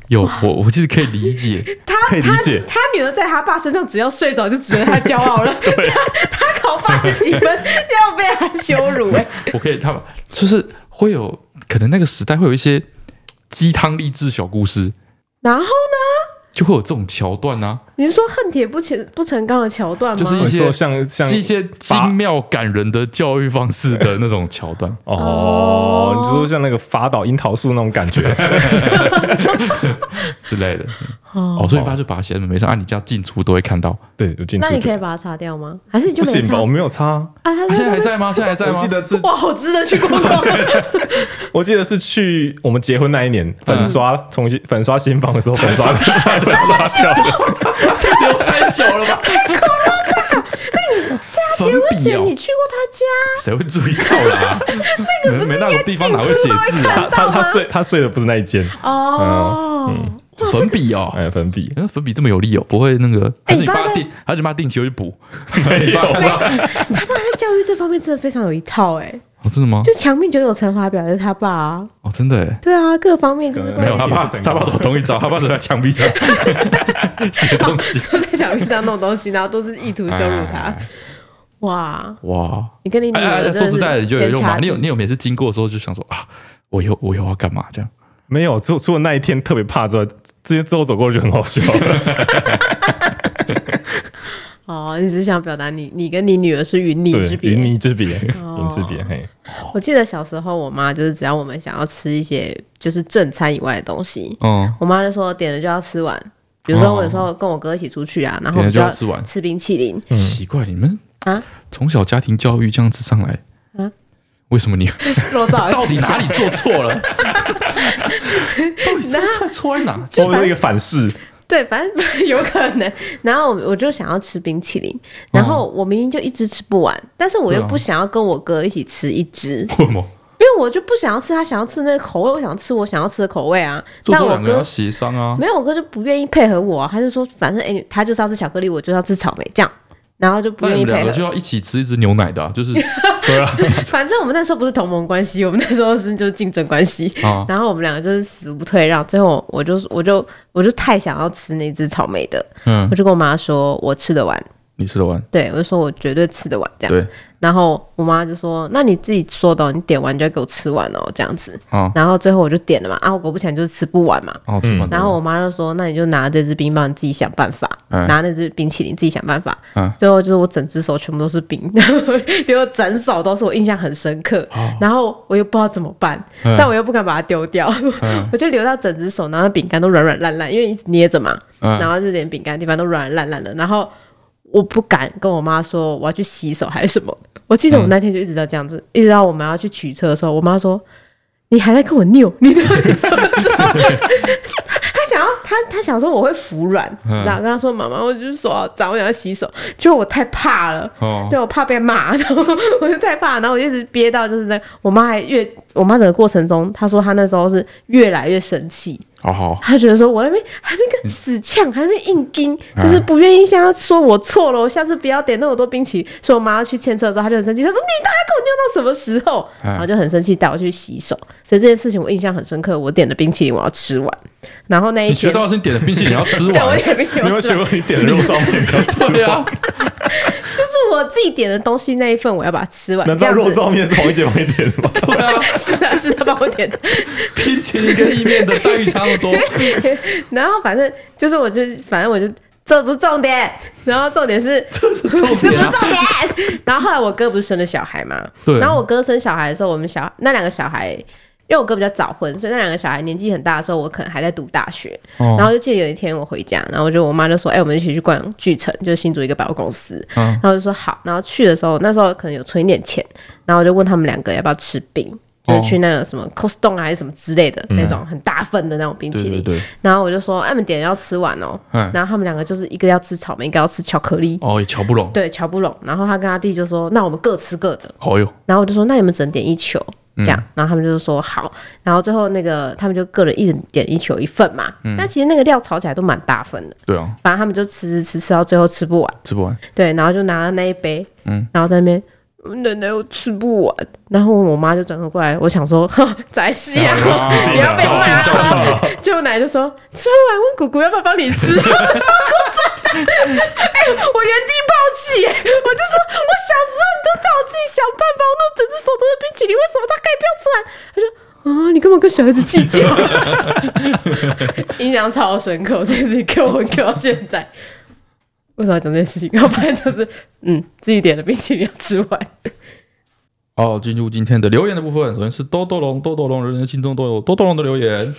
B: 有我我其实可以理 解，
A: 他
C: 可以理解
A: 他他女儿在他爸身上只要睡着就觉得他骄傲了，他 他考八十几分要被他羞辱哎、
B: 我可以他们就是会有可能那个时代会有一些鸡汤励志小故事，
A: 然后呢？
B: 就会有这种桥段啊，
A: 你是说恨铁不成不成钢的桥段吗？
B: 就是一
C: 你
B: 些
C: 说像像
B: 一些精妙感人的教育方式的那种桥 段。
C: 哦，你就说像那个法岛樱桃树那种感 觉，
B: 之类的。哦，啊所以你爸就把它写在门楣上，啊，你家进出都会看到。
C: 对，有进
A: 那
C: 去
A: 你可
C: 就。
A: 以把它擦掉吗？还是你就
C: 不
A: 没
C: 行
A: 擦
C: 吧？我没有擦啊，
A: 啊？他
B: 他现在
A: 就
B: 还在吗？现在还在
C: 我
B: 吗？
C: 记 得是，
A: 哇，好值得去逛逛。
C: 我记得是去我们结婚那一年
B: 嗯
C: 粉刷重新粉刷新房的时 候粉刷粉刷掉的，
B: 留太久了吧？太恐怖了！
D: 而
B: 粉笔
D: 且
B: 哦
D: 你，去过他家，
B: 谁会注意到啦？ 那个没那种地方哪会写字啊？
C: 他他他睡他睡的不是那一间，
A: 哦，
B: 粉笔哦，
C: 哎，粉笔
B: 哎粉笔这么有力哦，不会那个？
A: 哎
B: 还是
D: 你
B: 你
D: 爸
B: 爸
D: 在
B: 定，还是你爸定期会去补？ 没有吧？
A: 他爸在教育这方面真的非常有一套哎、
D: 嗯
B: 哦，真的吗
A: 就？强命九九乘法表的他爸啊，
B: 哦，真的哎。
A: 对啊，各方面就是
C: 没
B: 没
A: 关
B: 有，
A: 于
B: 他爸他爸都同一招，他爸都在墙 壁上写东西。
A: 都在小鱼上弄东西，然后都是意图羞辱他。
B: 哎
A: 哇，
B: 哇！
A: 你跟你女
B: 哎哎
A: 儿
B: 哎，
A: 真
B: 说
A: 是
B: 实在的，就有
A: 天
B: 用
A: 差
B: 吗？
A: 地
B: 你有你有每次经过的时候就想说啊，我又我又要干嘛这样？
C: 没有，除除了那一天特别怕之外，之前之后走过去就很好笑。
A: 哦，你只是想表达你你 跟你女儿是云泥
C: 对
A: 之，别哦
C: 云。泥之别，云之别，嘿，
A: 我记得小时候，我妈就是只要我们想要吃一些就是正餐以外的东西，
B: 嗯，
A: 我妈就说点了就要吃完。比如说我有时候跟我哥一起出去啊，然后我
B: 哦点
A: 们
B: 了就要
A: 要
B: 吃完
A: 吃冰淇淋，
B: 嗯奇怪，你们
A: 啊
B: 从小家庭教育这样子上来，
A: 啊
B: 为什 么你
A: 肉燥
B: 到底哪里做错了？到底做错错在哪？
C: 会不会是一个 反噬？
A: 对，反正 有可能。然后我我就想要吃冰淇淋，然后我明明就一直吃不完，但是我又
B: 对啊
A: 不想要跟我哥一起吃一只，
B: 为什么
A: 因为我就不想要吃他想要吃那个口味，我想吃我想要吃的口味啊。
B: 做
A: 但
B: 错
A: 我
B: 两个人
A: 哥
B: 要协商啊？
A: 没有，我哥就不愿意配合我、啊，他就说反正哎、他就是要吃巧克力，我就要吃草莓酱，然后就不
B: 那
A: 愿
B: 你
A: 意
B: 们
A: 配
B: 两个就
A: 合。
B: 要一起吃一只牛奶的啊，就是
A: 反正我们那时候不是同盟关系，我们那时候是就是竞争关系。
B: 啊，
A: 然后我们两个就是死不退让，最后我就我就我就太想要吃那只草莓的，
B: 嗯
A: 我，就跟我妈说我吃得完，
B: 你吃得完？
A: 对我就说我绝对吃得完这样。
B: 对
A: 然后我妈就说：“那你自己说的哦、你点完就要给我吃完哦，这样子。
B: 啊”，
A: 然后最后我就点了嘛，啊，我果不其然就是吃不完嘛。
B: 哦，吃完
A: 然后我妈就说：“那你就拿这支冰棒，你自己想办法，
B: 嗯
A: 拿那支冰淇淋自己想办法。
B: 嗯
A: 最后就是我整只手全部都是冰， 留整手都是，我印象很深刻。然后我又不知道怎么办，
B: 哦嗯
A: 但我又不敢把它丢掉， 我就留到整只手，然后饼干都软软烂烂，因为一直捏着嘛，
B: 嗯
A: 然后就连饼干的地方都软软烂烂的，然后。我不敢跟我妈说我要去洗手还是什么。我记
B: 嗯
A: 得我那天就一直到这样子，一直到我们要去取车的时候，我妈说：“你还在跟我拗，你到底什么时候？”她想要，她她想说我会服软，
B: 嗯
A: 然后跟她说：“妈妈，我就是手好脏，我想要洗手。”结果我太怕了，
B: 哦，
A: 对我怕被骂，然后我就太怕，然后我就一直憋到就是那我妈还越我妈整个过程中，她说她那时候是越来越生气，
B: 好好，
A: 他觉得说我那边还那个死呛，还那边硬盯，
B: 嗯
A: 就是不愿意像他说我错了，我下次不要点那么多冰淇淋。所以我妈要去牵车的时候，她就很生气，她说你大概给我尿到什么时候？
B: 嗯
A: 然后就很生气，带我去洗手。所以这件事情我印象很深刻，我点的冰淇淋我要吃完，然后那一
B: 你学
A: 天。
B: 到是你点的冰淇淋要吃
A: 对，我啊
B: 完，
A: 点的冰淇
C: 你
A: 淋
C: 有没
A: 我
C: 有
A: 吃
C: 学
A: 完，
C: 过你点的肉燥面不要吃
B: 对啊，
A: 就是我自己点的东西那一份，我要把它吃完。
C: 难
A: 这
C: 道
A: 样
C: 肉
A: 子
C: 燥面是黄一姐帮你点的吗？
B: 对啊，
A: 是啊，是他帮我点的。
B: 冰淇淋跟意面的待遇差 不多，
A: 然后反正就是，我就反正我就这不是重点，然后重点是
B: 这是重
A: 这不
B: 点
A: 是
B: 啊。
A: 重点。 然后后来我哥不是生了小孩嘛，
B: 对啊
A: 然后我哥生小孩的时候，我们小那两个小孩，因为我哥比较早婚，所以那两个小孩年纪很大的时候，我可能还在读大学。
B: 哦
A: 然后就记得有一天我回家，然后我就我妈就说：“哎、我们一起去逛巨城，就是新竹一个百货公司。”
B: 嗯
A: 然后我就说好。然后去的时候，那时候可能有存一点钱，然后我就问他们两个要不要吃冰。
B: 哦
A: 就是去那个什么 Costco 还是什么之类的、那种很大份的那种冰淇
B: 嗯对
A: 淋。
B: 对对，
A: 然后我就说，哎，你们点要吃完哦。
B: 嗯
A: 然后他们两个就是一个要吃草莓，一个要吃巧克力。
B: 哦，也瞧不拢，
A: 对，瞧不拢。然后他跟他弟就说：“那我们各吃各的。
B: 哦哟，”
A: 然后我就说：“那你们只能点一球。”这样，然后他们就是说好，然后最后那个他们就个人一人点一球一份嘛。那其实那个料炒起来都蛮大份的，
B: 对啊，
A: 反正他们就吃吃吃吃到最后吃不完，
B: 吃不完，
A: 对，然后就拿了那一杯，然后在那边。嗯奶奶我吃不完，然后我妈就转头过来，我想说， 呵宰戏啊，
B: 哦
A: 你要被
C: 交
A: 骂
C: 情交
A: 啊，就我奶奶就说吃不完，问姑姑要不要帮你吃， 我超过分的，哎、我原地暴气耶，我就说我小时候你都叫我自己想办法，我那整只手都是冰淇淋，为什么他可以不要出来？她说。啊！你干嘛跟小孩子计较？ 印象超深刻，我这次给我给到现在。为什么要讲这件事情？要 不然就是，嗯，自己点的冰淇淋要吃完。
B: 好，进入今天的留言的部分，首先是豆豆龙，豆豆龙人人心中都有豆豆龙的 留言。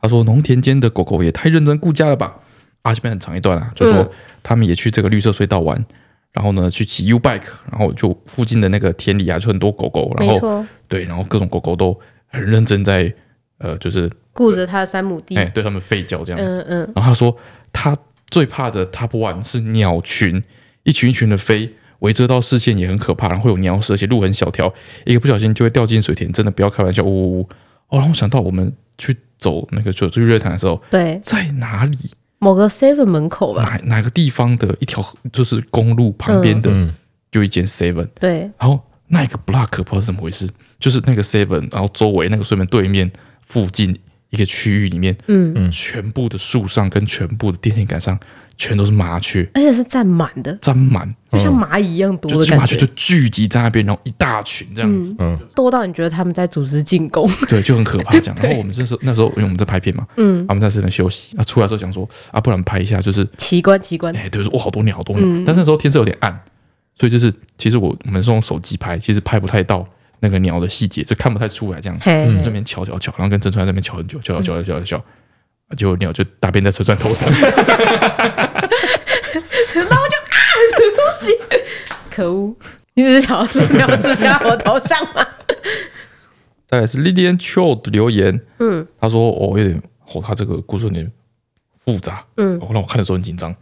B: 他说：“农田间的狗狗也太认真顾家了吧？”啊，这边很长一段啊，就说
A: 嗯
B: 他们也去这个绿色隧道玩，然后呢去骑 U bike，然后就附近的那个田里啊，就很多狗狗，然后
A: 错，
B: 对，然后各种狗狗都很认真在呃，就是
A: 顾着他的三亩地
B: 哎、对他们吠叫这样子。
A: 嗯嗯，
B: 然后他说他最怕的 Top One 是鸟群，一群一群的飞，围遮到视线也很可怕，然后会有鸟屎，而且路很小条，一个不小心就会掉进水田，真的不要开玩笑，呜呜呜！哦，让我想到我们去走那个九日月潭的时候，
A: 对，
B: 在哪里
A: 某个 seven 门口吧，
B: 哪哪个地方的一条就是公路旁边的、
C: 嗯，
B: 有一间 Seven，
A: 对，
B: 然后那个 block 不知道是怎么回事，就是那个 Seven，然后周围那个水门对面附近一个区域里面，
A: 嗯，
B: 全部的树上跟全部的电线杆上全都是麻雀，
A: 而且是占满的，
B: 沾满，
A: 就像蚂蚁一样多
B: 嗯就
A: 的
B: 是麻
A: 感
B: 雀
A: 觉，嗯
B: 就聚集在那边，然后一大群这样子，
A: 多到你觉得他们在组织进 攻。
B: 对，就很可怕 这样。然后我们这时候那时候因为我们在拍片嘛，嗯，他们在这边休息，啊，出来的时候想说啊，不然拍一下，就是
A: 奇观奇观，
B: 哎，对，就是哇，好多鸟，好多鸟。但那时候天色有点暗，所以就是其实我我们是用手机拍，其实拍不太到那个鸟的细节，就看不太出来这样。嗯
A: 嘿，
B: 这边瞧瞧瞧，然后跟郑川在那边瞧很久，瞧瞧瞧瞧瞧瞧，啊结果鸟就大便在郑川头上。
A: 可恶，
E: 你只是想要说你要吃在我头上 吗？
B: 再来是 Lilian Cho 的留言，嗯，他说哦，有点哦，他这个故事有点复杂，嗯，哦、让我看的时候很紧张。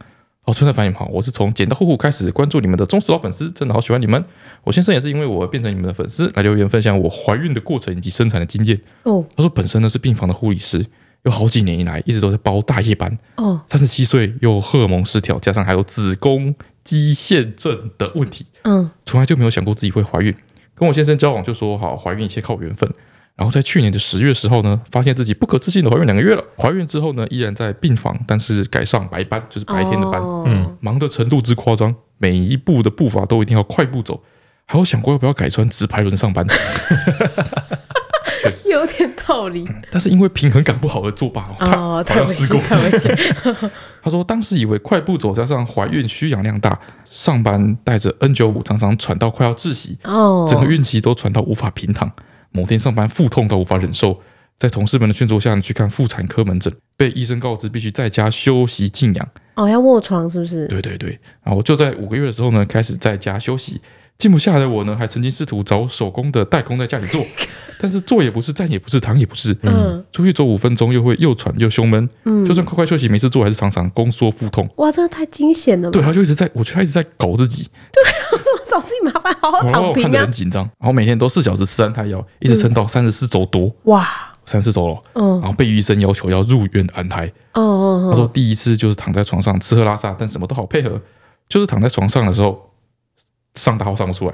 B: 哦，春菜反应好，我是从捡到户户开始关注你们的忠实老粉丝，真的好喜欢你们。我先生也是因为我变成你们的粉丝，来留言分享我怀孕的过程以及生产的经验。
A: 哦
B: 他说本身呢是病房的护理师，有好几年以来一直都在包大夜班。
A: 哦，
B: 三十七岁又荷尔蒙失调，加上还有子宫肌腺症的问题，
A: 嗯，
B: 从来就没有想过自己会怀孕。跟我先生交往就说好，怀孕一切靠缘分。然后在去年的十月十号呢，发现自己不可置信的怀孕两个月了。怀孕之后呢，依然在病房，但是改上白班，就是白天的班。嗯
A: 哦
B: 忙的程度之夸张，每一步的步伐都一定要快步走。还有想过要不要改穿直排轮上班，
E: 有点道理
B: 但是因为平衡感不好而作罢。嗯他
E: 哦，
B: 好
E: 太
B: 像
E: 危
B: 试
E: 险，
B: 过，
E: 太危险。
B: 他说当时以为快步走加上怀孕需氧量大，上班带着 N 9 5常常喘到快要窒息，
A: 哦，
B: 整个孕期都喘到无法平躺。某天上班腹痛到无法忍受，在同事们的劝说下去看妇产科门诊，被医生告知必须在家休息静养。
A: 哦要卧床是不是？
B: 对对对，然后就在五个月的时候呢，开始在家休息。静不下来的我呢，还曾经试图找手工的代工在家里 做，但是坐也不是，站也不是，躺也不是。
A: 嗯，
B: 出去走五分钟又会又喘又胸闷，就算快快休息没事做，还是常常宫缩腹痛。
A: 哇，这个太惊险了吧！
B: 对，他就一直在，我觉得他一直在搞自己，
A: 怎么找自己麻烦？好好
B: 然后
A: 躺
B: 我
A: 平
B: 哦看得
A: 啊
B: 很！紧张，然后每天都四小时吃安胎药，一直撑到三十四周多，
A: 哇，
B: 三十四周了，
A: 嗯
B: 然，后被医生要求要入院安胎。
A: 哦
B: 哦他
A: 哦
B: 说
A: 哦，
B: 第一次就是躺在床上吃喝拉撒，但什么都好配合，就是躺在床上的时候上大号上不出来，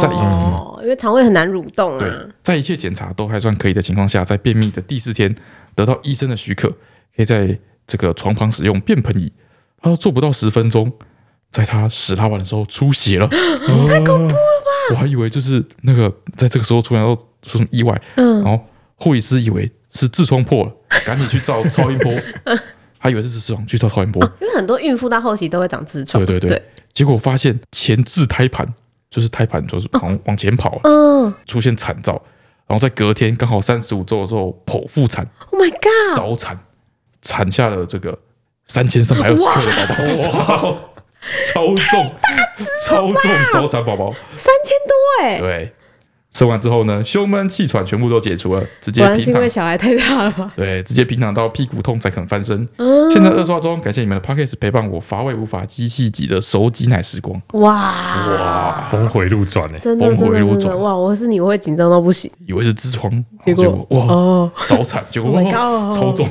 B: 在一
A: 哦，因为肠胃很难蠕动
B: 对
A: 啊。，
B: 在一切检查都还算可以的情况下，在便秘的第四天得到医生的许可，可以在这个床旁使用便盆椅。他说做不到十分钟，在他屎拉完的时候出血了， 太恐怖了吧！我还以为就是那个在这个时候突然要出什么意外，
A: 嗯
B: 然后护理师以为是痔疮破了，赶紧去照超音 波，他以为是痔疮，去照超音波，
A: 因为很多孕妇到后期都会长痔疮。
B: 对对哦对，
A: 对
B: 结果发现前置胎盘就是胎盘就是往往前跑了，
A: 嗯
B: 出现产兆，然后在隔天刚好三十五周的时候剖腹产
E: 啊
A: ，Oh my god！
B: 早产，产下了这个三千三百二十克的宝宝，哇， 超重，超重早产宝宝，
A: 三千多哎，
B: 对，吃完之后呢，胸闷气喘全部都解除了，直接
E: 果然是
B: 平
E: 因
B: 躺
E: 为。小孩太大了吧？
B: 对，直接平躺到屁股痛才肯翻身。
E: 嗯，
B: 现在二刷中，感谢你们的 podcast 陪伴我乏味无法机器级的手挤奶时光。
E: 哇啊
B: 哇，
C: 峰回路转哎、
E: 真的
B: 峰
E: 真
B: 回
E: 的
B: 路
E: 真的
B: 转
E: 哇！我是你，我会紧张到不行。
B: 以为是痔疮，
E: 结
B: 果
E: 果
B: 哇，
E: 哦，
B: 早产，结果
E: Oh my
B: 哇
E: God
B: 超重。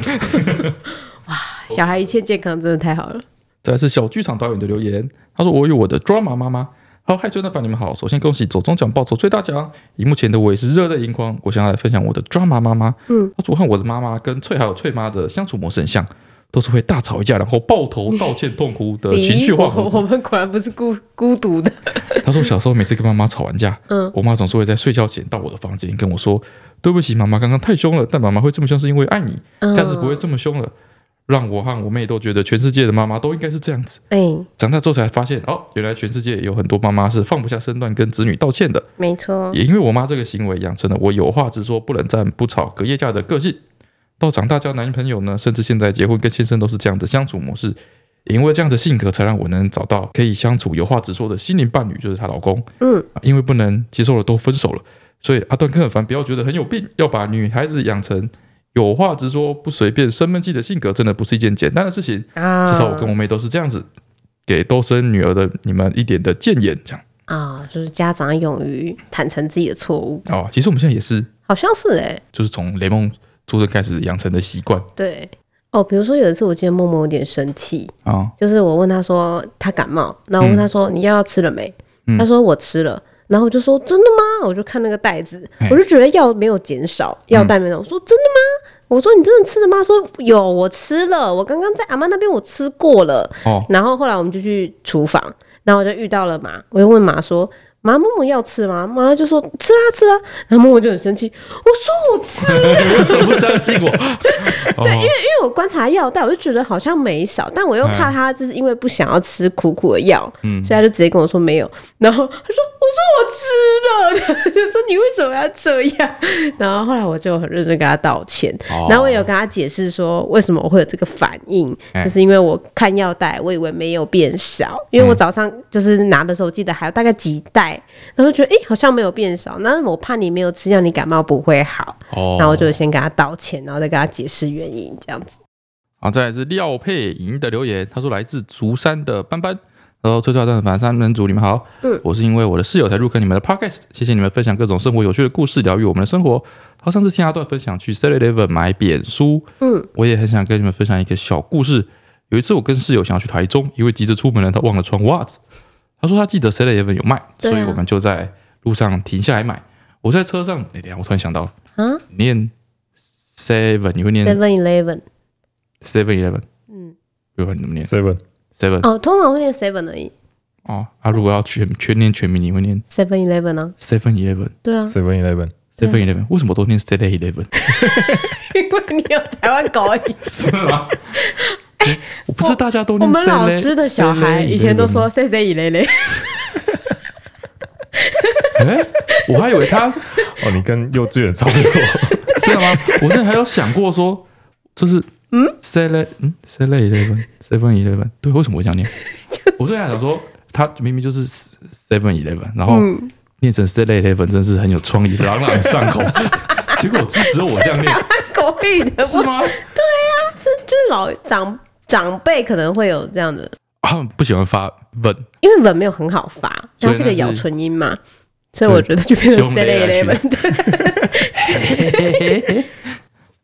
E: 小孩一切健康真的太好了。
B: 再来是小剧场导演的留言，他说：“我有我的 drama 妈妈。”好，嗨，真的粉，你们好！首先恭喜左中奖报酬最大奖，荧幕前的我也是热泪盈眶。我想要来分享我的 drama 妈妈。嗯，他说我和我的妈妈跟翠还有翠妈的相处模式很像，都是会大吵一架，然后抱头道歉、痛哭的呃情绪化
E: 咦我
B: 猴 子
E: 我我们果然不是孤孤独的。
B: 他说小时候每次跟妈妈吵完架，
E: 嗯
B: 我妈总是会在睡觉前到我的房间跟我说：“对不起，妈妈刚刚太凶了，但妈妈会这么凶是因为爱你，
E: 嗯
B: 下次不会这么凶了。”让我和我妹都觉得全世界的妈妈都应该是这样子。
A: 哎、
B: 长大之后才发现，哦，原来全世界有很多妈妈是放不下身段跟子女道歉的。
A: 没错，
B: 也因为我妈这个行为，养成了我有话直说、不冷战、不吵、隔夜架的个性。到长大交男朋友呢，甚至现在结婚跟先生都是这样的相处模式。也因为这样的性格，才让我能找到可以相处、有话直说的心灵伴侣，就是她老公。
A: 嗯
B: 啊，因为不能接受了，都分手了。所以阿啊段跟很烦，不要觉得很有病，要把女孩子养成有话直说、不随便生闷气的性格，真的不是一件简单的事情。
A: 啊，
B: 至少我跟我妹都是这样子，给都生女儿的你们一点的谏言，这样
A: 啊，就是家长勇于坦诚自己的错误，
B: 哦。其实我们现在也是
A: 好像是哎、
B: 就是从雷蒙出生开始养成的习惯
A: 对哦，比如说有一次我记得默默有点生气，
B: 啊。
A: 就是我问他说他感冒，然后我问他说、你药要吃了没？
B: 嗯
A: 他说我吃了。然后我就说真的吗？我就看那个袋子
B: 嘿，嗯
A: 我就觉得药没有减少，药袋没有。我说真的吗？我说你真的吃了吗？他说有，我吃了。我刚刚在阿妈那边我吃过了。
B: 哦
A: 然后后来我们就去厨房，然后我就遇到了妈，我就问妈说：“妈，默默要吃吗？”妈就说：“吃啊吃啊。”然后默默就很生气，我说我吃了，
C: 你为什么不相信我？对，因
A: 因
C: 为
A: 为我观察药袋，我就觉得好像没少，但我又
B: 嗯
A: 怕他就是因为不想要吃苦苦的药，所以他就直接跟我说没有，然后他说我说我吃了， 就说你为什么要这样？然后后来我就很认真跟他道歉，
B: 哦
A: 然后我也有跟他解释说为什么我会有这个反应，
B: 哎
A: 就是因为我看药袋，我以为没有变少，因为
B: 嗯
A: 我早上就是拿的时候我记得还有大概几袋，然后就觉得诶好像没有变少，那我怕你没有吃药，你感冒不会好。
B: 哦
A: 然后我就先给他道歉，然后再给他解释原因，这样子。
B: 好，再来是廖佩莹的留言，她说来自竹山的斑斑。然后最最大的反三人组，你们好，
A: 嗯
B: 我是因为我的室友才入坑你们的 podcast，谢谢你们分享各种生活有趣的故事，疗愈我们的生活。好，上次听阿段分享去 Seven Eleven 买扁书，
A: 嗯，
B: 我也很想跟你们分享一个小故事。有一次我跟室友想要去台中，因为急着出门了，他忘了穿袜子。他说他记得 Seven Eleven 有卖，所
A: 对啊
B: 以我们就在路上停下来买。我在车上，哎、等一下我突然想到了，
A: 啊
B: 念 Seven，你会念
A: Seven Eleven，
B: Seven Eleven，
A: 嗯，
B: 不会你们念
C: seven
B: Seven
A: 哦，通常会念 Seven 而已
B: 哦。啊，如果要全全念全名，你会念
A: ，Seven Eleven 呢？
B: Seven Eleven。
A: 对 啊，
C: seven eleven
B: Seven Eleven 为什么都念 Seven Eleven？
E: 因为你有台湾狗影。
B: 是吗？我不是大家都
E: 我
B: 念 7-Eleven。
E: 们老师的小孩以前都说“谁谁以雷 雷
B: 哎，我还以为他
C: 哦，你跟幼稚园差不多，
B: 真的吗？我之前还有想过说，就是嗯，Seven 嗯 Seven Eleven Seven Eleven，对，为什么我想 念？我之前还想说，他明明就是 Seven Eleven，然后念成 Seven Eleven，真是很有创意，朗朗上 口。结果只只有我这样念，”，
E: 狗语的
B: 是吗？
A: 是就是老长长辈可能会有这样的，
B: 他们不喜欢发问，
A: 因为文没有很好发，
B: 所以
A: 它是个
B: 那是
A: 咬唇音嘛，所以我觉得就变成
B: 就
A: Seven
B: 用
A: Eleven 对，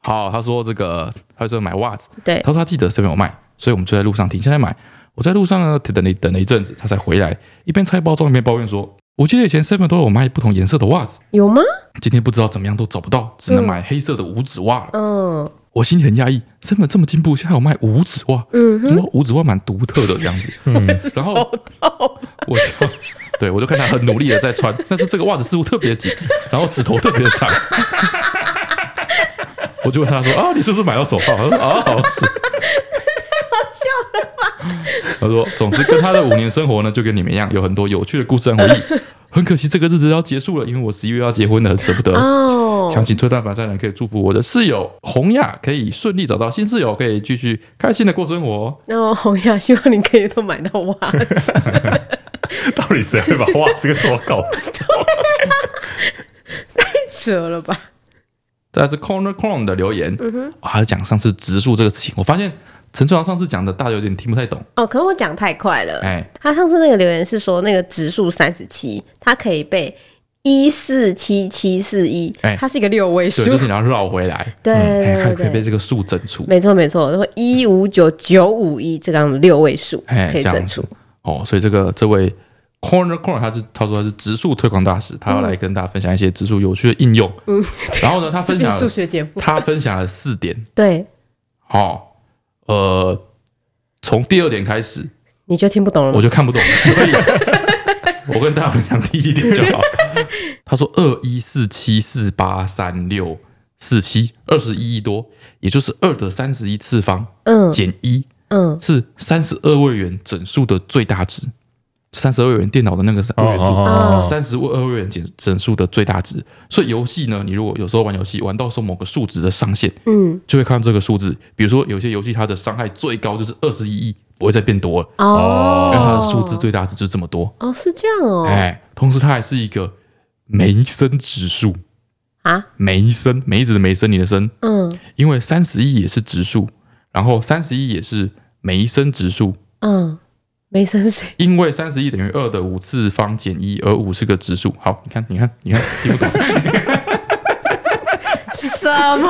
B: 好，他说这个，他说买袜子，
A: 对
B: 他说他记得这边有卖，所以我们就在路上停下来买。我在路上呢等了等了一阵子，他才回来，一边拆包装一边抱怨说：“我记得以前 Seven 都有卖不同颜色的袜子，
A: 有吗？
B: 今天不知道怎么样都找不到，只能买黑色的五指袜了。
A: 嗯
B: 我心里很压抑，Seven 这么进步，现在还有卖五指袜，
A: 嗯
B: 什么五指袜蛮独特的这样 子。嗯然后
E: 手套，
B: 我就对我就看他很努力的在穿，但是这个袜子似乎特别 紧，然后指头特别长。 我就问他说：“啊，你是不是买到手套？”他说：“啊，好像是。”太好笑了吧？他说：“总之，跟他的五年生活呢，就跟你们一样，有很多有趣的故事和回忆。很可惜，这个日子要结束了，因为我十一月要结婚了，很舍不得。
A: 哦，
B: 想请推断凡三人可以祝福我的室友洪雅，可以顺利找到新室友，可以继续开心的过生活。
E: 然
A: 哦
E: 后红亚希望你可以都买到袜子，
C: 到底谁会把袜子跟什么搞错？
E: 扯了 吧？
B: 再来是 Corner Clone 的留言，嗯、哦、还是讲上次植树这个事情。我发现陈春阳上次讲的大家有点听不太懂，
A: 哦，可是我讲太快了。
B: 哎、
A: 他上次那个留言是说，那个植数三十七，它可以被一四七七四一
B: 哎，
A: 它是一个六位数
B: 对，。就是你要绕回来，
A: 对对
B: 哎，
A: 对
B: 还可以
A: 对
B: 被
A: 对，
B: 这个数整除，
A: 没错没错，然后一五九九五一这样的六位数
B: 哎，
A: 可以
B: 这
A: 整
B: 样
A: 除
B: 子。哦。所以这个这位 Corner Corner 他是他说他是植树推广大使，他要来跟大家分享一些植树有趣的应用。嗯，然后呢，他
E: 这
B: 分
E: 是
B: 享
E: 数
B: 了
E: 学节目，
B: 他分享了四点，
A: 对，
B: 哦，呃，从第二点开始
A: 你就听不懂了
B: 我
A: 吗？
B: 就看 不懂，所以我跟大家分享第一点就好。他说二一四七四八三六四七二十一亿多，也就是二的三十一次方
A: 嗯
B: 减一
A: 嗯，
B: 是三十二位元整数的最大值。三十二位元电脑的那个位元数，
A: 哦
B: 三十二位元减整数的最大值。所以游戏呢，你如果有时候玩游戏玩到说某个数值的上限，
A: 嗯，
B: 就会看到这个数字。比如说有些游戏它的伤害最高就是二十一亿，不会再变多了，
A: 哦
B: 因，为它的数字最大值就是这么多。
A: 哦是这样哦，
B: 哎，同时它还是一个梅森指数，
A: 啊，
B: 梅森梅子的梅森，你的森，
A: 嗯
B: 因为三十亿也是指数，然后三十亿也是梅森指数，
A: 嗯，
E: 没生是谁？
B: 因为三十一等于二的五次方减一，而五是个指数。好，你看，你看，你看，听不懂，
A: 什么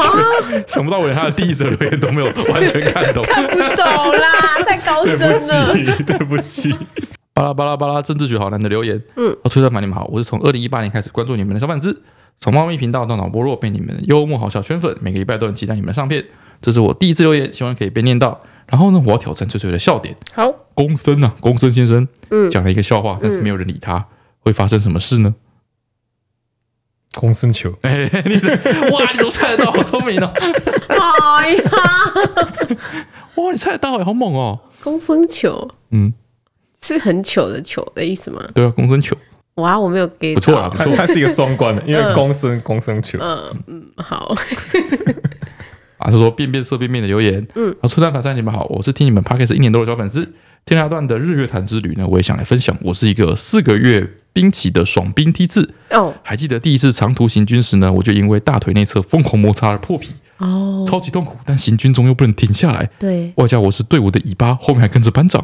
B: 想不到我连他的第一则留言都没有完全看懂。
A: 不懂啦？太高
C: 对
A: 深
C: 不
A: 了。
C: 起，对不起，
B: 巴拉巴拉巴拉，政治学好男的留言，
A: 嗯，
B: 哦，崔老板你们好，我是从二零一八年开始关注你们的小粉丝，从猫咪频道到脑波弱被你们的幽默好笑圈粉，每个礼拜都很期待你们的上片，这是我第一次留言，希望可以被念到。然后呢，我要挑战崔崔的笑点，
A: 好，
B: 公孙啊，公孙先生，
A: 嗯
B: 讲了一个笑话，但是没有人理他，会发生什么事呢？
C: 公孙球，
B: 哎，你的哇，你怎么猜得到？好聪明哦！
A: 哎呀，
B: 哇，你猜得到哎，好猛哦！
E: 公风球
B: 嗯，
E: 是很糗的糗的意思吗？
B: 对啊，公孙球
E: 哇，我没有给
B: 不错啊啦，不
C: 它
B: 错
C: 它是一个双关的，因为
E: 嗯
C: 公孙公孙球，
E: 嗯嗯，好，
B: 啊，他说变变色变变的留言，嗯，啊，初蛋法三你们好，我是听你们 podcast 一年多的小粉丝，天涯段的日月潭之旅呢，我也想来分享，我是一个四个月冰期的爽冰梯次，
E: 哦
B: 还记得第一次长途行军时呢，我就因为大腿内侧疯狂摩擦而破皮，
E: 哦，
B: 超级痛苦，但行军中又不能停下来，
E: 对，
B: 外加我是队伍的尾巴，后面还跟着班长，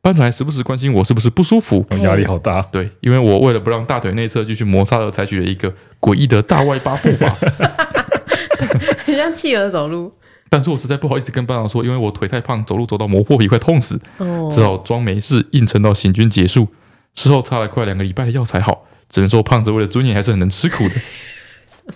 B: 班长还时不时关心我是不是不舒服。
C: 哦压力好大。
B: 对，因为我为了不让大腿内侧继续摩擦而采取了一个诡异的大外八步法，
E: 很像企鹅走路
B: 但是我实在不好意思跟班长说，因为我腿太胖，走路走到磨破皮快痛死，
E: 哦
B: 只好装没事，硬撑到行军结束。事后擦了快两个礼拜的药才好，只能说胖子为了尊严还是很能吃苦 的。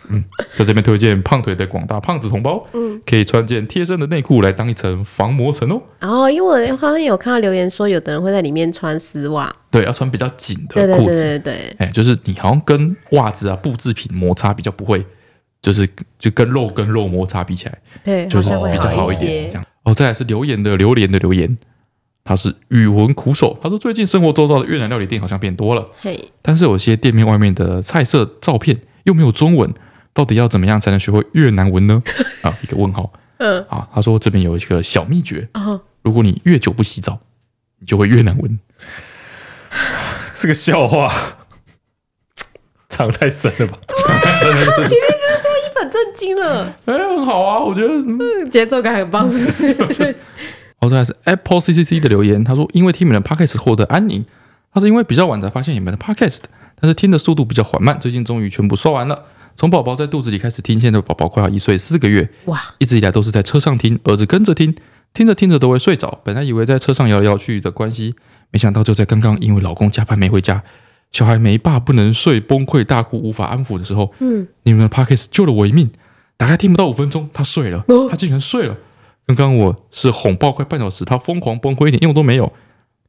B: 嗯，在这边推荐胖腿的广大胖子同胞，嗯，可以穿件贴身的内裤来当一层防磨层哦。
A: 然后因为我好像有看到留言说，有的人会在里面穿丝袜，
B: 对，要穿比较紧
A: 对
B: 的
A: 对
B: 裤
A: 对
B: 子，
A: 对对对，
B: 哎，就是你好像跟袜子啊、布制品摩擦比较不会，就是就跟肉跟肉摩擦比起来，
A: 对，
B: 就是
A: 好像会
B: 比较
A: 好
B: 好一
A: 些
B: 点这样。哦，再来是留言的榴莲的留言，他是语文苦手，他说最近生活周遭的越南料理店好像变多了，
A: 嘿，
B: 但是有些店面外面的菜色照片又没有中文，到底要怎么样才能学会越南文 呢？啊，一个问号。
E: 嗯，
B: 啊，他说这边有一个小秘诀，
E: 哦，
B: 如果你越久不洗澡，你就会越南文。
C: 是个笑话，藏太深了吧？
E: 一本正经了，
B: 哎，很好啊，我觉得。嗯
E: 嗯节奏感很棒，是不是？
B: 哦，再来是 Apple CCC 的留言，他说因为听你们的 Podcast 获得安宁，他是因为比较晚才发现你们的 Podcast，但是听的速度比较缓慢，最近终于全部刷完了。从宝宝在肚子里开始听，现在宝宝快要一岁四个月，
E: 哇！
B: 一直以来都是在车上听，儿子跟着听，听着听着都会睡着。本来以为在车上摇来摇去的关系，没想到就在刚刚因为老公加班没回家，小孩没爸不能睡，崩溃大哭无法安抚的时候，嗯，你们的 Podcast 救了我一命。打开听不到五分钟，他睡了，他竟然睡了。刚刚我是哄抱快半小时，他疯狂崩溃，一点用都没有。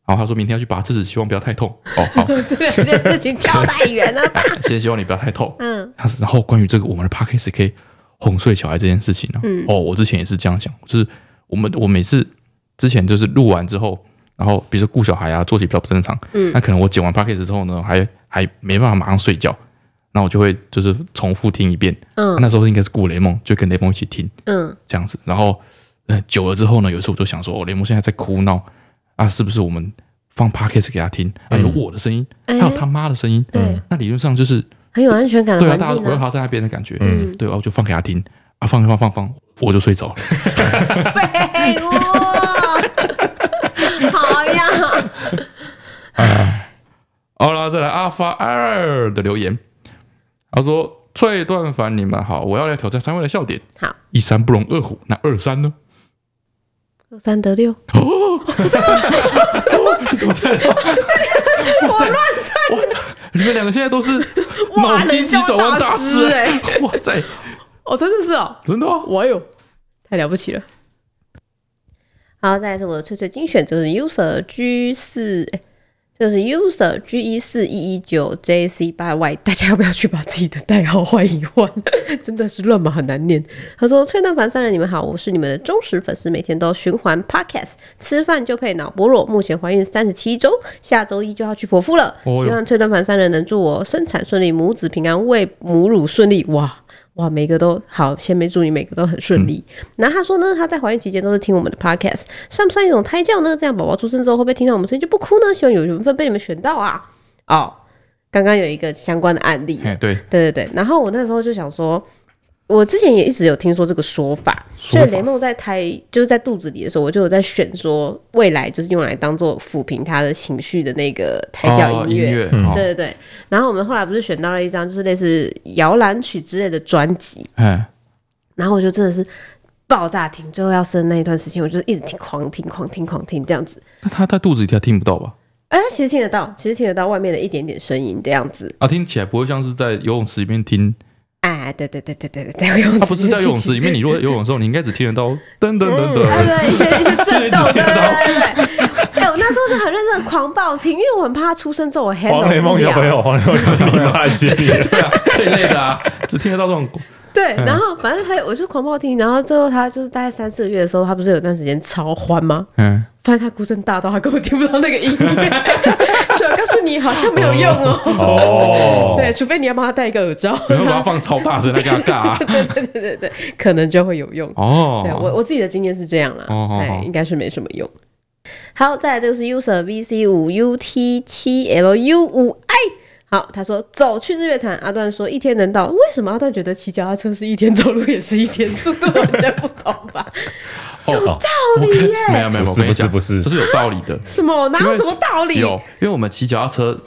B: 然后他说明天要去拔智齿，希望不要太痛。哦，好， 哎
E: 这两件事情跳太远 了。
B: 先希望你不要太痛。
A: 嗯，
B: 然后关于这个我们的 p a c k a g e 可以哄睡小孩这件事情呢、
A: 嗯
B: 哦，我之前也是这样想，就是我们我每次之前就是录完之后，然后比如说顾小孩啊，作息比较不正常，嗯，那可能我剪完 p a c k a g e 之后呢，还还没办法马上睡觉，那我就会就是重复听一遍，
A: 嗯
B: 那时候应该是顾雷梦，就跟雷梦一起听
A: 嗯
B: 这样子，然后呃久了之后呢，有时候我就想说，哦，雷梦现在在哭闹啊，是不是我们放 p a c k a g e 给他听啊，有我的声音，还有他妈的声音，
A: 嗯对，
B: 那理论上就是
A: 哎很有安全感的
B: 对啊，
A: 环
B: 大家
A: 境
B: 围绕
A: 啊。
B: 他在那边的感觉，
C: 嗯
B: 对啊，我就放给他听啊，放放放放，我就睡着了。啊
A: 被窝， 好呀，
B: 好了，再来阿发二的留言，他说：“翠段凡，你们好，我要来挑战三位的笑点。
A: 好，
B: 一山不容二虎，那二三呢？
A: 二三得六，
B: 你怎么猜到？我乱猜你们两个现在 都是脑筋急转弯大师欸
E: 哇冷笑大！
A: 欸
B: 哇塞，
E: 哦，真的是哦，
B: 真的、哦？
E: 我有，太了不起了。
A: 好，再来是我的翠翠精选，这个是 user G 四，哎这个是 user G 一四一一九 JC 八 Y，
E: 大家要不要去把自己的代号换一 换？真的是乱码很难念。
A: 他说：“崔蛋凡三人，你们好，我是你们的忠实粉丝，每天都循环 podcast，吃饭就配脑波弱，目前怀孕三十七周，下周一就要去剖腹了。
B: 哦哟
A: 希望崔蛋凡三人能祝我生产顺利，母子平安，喂母乳顺利。哇哇，每个都好，先没祝你每个都很顺利。然后他说呢，他在怀孕期间都是听我们的 podcast，算不算一种胎教呢？这样宝宝出生之后会不会听到我们声音就不哭呢？希望有缘分被你们选到啊！哦，刚刚有一个相关的案例，
B: 哎，对，
A: 对对对，然后我那时候就想说，我之前也一直有听说这个说法，
B: 说
A: 所
B: 法
A: 以雷梦在胎就是在肚子里的时候，我就有在选说未来就是用来当做抚平他的情绪的那个胎教
B: 哦
A: 音
B: 音
A: 乐。
B: 乐，
C: 嗯
B: 哦
A: 对，对对，然后我们后来不是选到了一张就是类似摇篮曲之类的专辑，
B: 哎，
A: 然后我就真的是爆炸听，最后要生那一段时间，我就是一直听，狂听，狂听，狂听这样子。
B: 那他在肚子里他听不到吧？
A: 哎，他其实听得到，其实听得到外面的一点点声音这样子。
B: 啊，听起来不会像是在游泳池里面听，
A: 哎，对对对对对对，在游泳池
B: 他不是在游泳
A: 自己
B: 池里面，你如果游泳的时候，你应该只听得到噔噔噔
A: 对
B: 噔。
A: 对，一些一些震动，
B: 这
A: 对
B: 一直
A: 对
B: 听得
A: 对对。对哎，我那时候就很认真地狂暴听，因为我很怕他出生之后我 handle
C: 黄雷梦
A: 不
C: 小
A: 了
C: 朋。友，黄雷梦小朋友，你妈来接你了。
B: 对啊，这一类的啊，只听得到这种
A: 对，然后反正他我就狂暴听，然后最后他就是大概三四个月的时候，他不是有段时间超欢吗？
B: 嗯，
E: 发现他哭声大到他根本听不到那个音 乐，所以我告诉你好像没有用哦。
C: 哦，
E: 对，，除非你要帮他戴一个耳 罩，
B: 你会把它放超大声来跟他尬 啊？
E: 对对对对，可能就会有用。
B: 哦，
E: 对我我自己的经验是这样啦，
B: 哦哦
E: 哎
B: 哦，
E: 应该是没什么用。
A: 好，再来这个是 user VC 五 UT 七 LU 五 I。好，他说走去日月潭，阿段说一天能到，为什么阿段觉得骑脚踏车是一天，走路也是一天，速度完全不同吧？
B: 有道
A: 理耶
B: 哦没有没有，
C: 不是
B: 我跟你讲
C: 不是
B: 这
C: 不是
B: 是有道理的。
A: 什么？哪
B: 因
A: 有
B: 为
A: 什么道理？
B: 有，因为我们骑脚踏车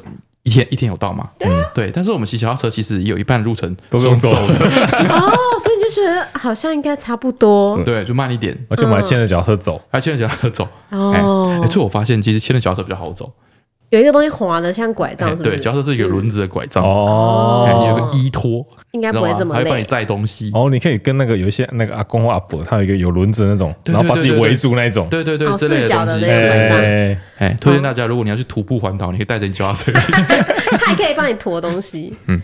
B: 一天一天有到嘛，
A: 啊
B: 嗯对，但是我们骑脚踏车其实也有一半路程
C: 都
B: 是
C: 是
B: 用
C: 用
B: 走
C: 走
B: 的，
A: 哦，所以你就觉得好像应该差不多
B: 对，就慢一点，
C: 而且我们还牵着脚车走，
B: 还牵着脚踏车走。哎，
A: 哦
B: 哎，。所以我发现其实牵着脚踏车比较好走，
A: 有一个东西滑的像拐杖，
B: 哎
A: 是不
B: 对，
A: 是？
B: 脚踏车是一个轮子的拐杖，
C: 哦
B: 哎，你有个依托，
A: 应该
B: 知
A: 不
B: 道
A: 会
B: 吗
A: 这？么
B: 还会帮
A: 累
B: 你。 载东西。
C: 哦，你可以跟那个有一些那个阿公或阿伯，他有一个有轮子的那种，
B: 对
C: 然后把
B: 对
C: 自己
B: 对对
C: 围住那一种。
B: 对对对
A: 哦，
B: 之类
A: 四角
B: 东
A: 的那
B: 西，
A: 个哦拐
B: 哎
A: 杖
C: 哎，
B: 哎，推荐大家，如果你要去徒步环岛，你可以带着你脚踏车去。
A: 他也可以帮你驮东西。嗯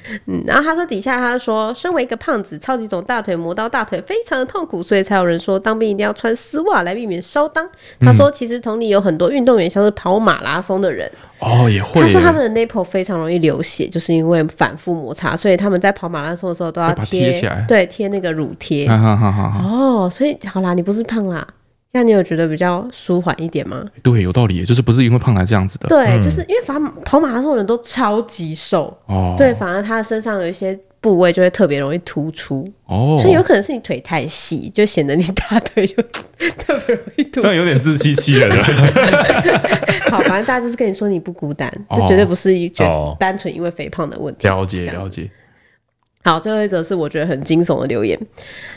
A: 然后他说底下他说，身为一个胖子，超级肿大腿磨到大腿非常的痛苦，所以才有人说当兵一定要穿丝袜来避免烧裆。他
B: 嗯
A: 说其实同理有很多运动员像是跑马拉松的人，
B: 哦，也会
A: 他
B: 耶，
A: 说他们的 nipple 非常容易流血，就是因为反复摩擦，所以他们在跑马拉松的时候都要
B: 会把它贴起来
A: 对，贴那个乳贴。
B: 啊，好好好好，
A: 哦，所以好啦，你不是胖啦，这样你有觉得比较舒缓一点吗？
B: 对，有道理耶，就是不是因为胖才这样子的
A: 对，就是因为反正跑马拉松的人都超级瘦，
B: 哦。
A: 对，反而他身上有一些部位就会特别容易突出，
B: 哦，
A: 所以有可能是你腿太细，就显得你大腿就 特别容易突
C: 这样
A: 出。
C: 有点自欺欺人了。
A: 好，反正大家就是跟你说你不孤单，
B: 哦
A: 这绝对不是一觉
C: 哦
A: 单纯因为肥胖的问题。
B: 了解
A: 这样
B: 了解，
A: 好，最后一则是我觉得很惊悚的留言，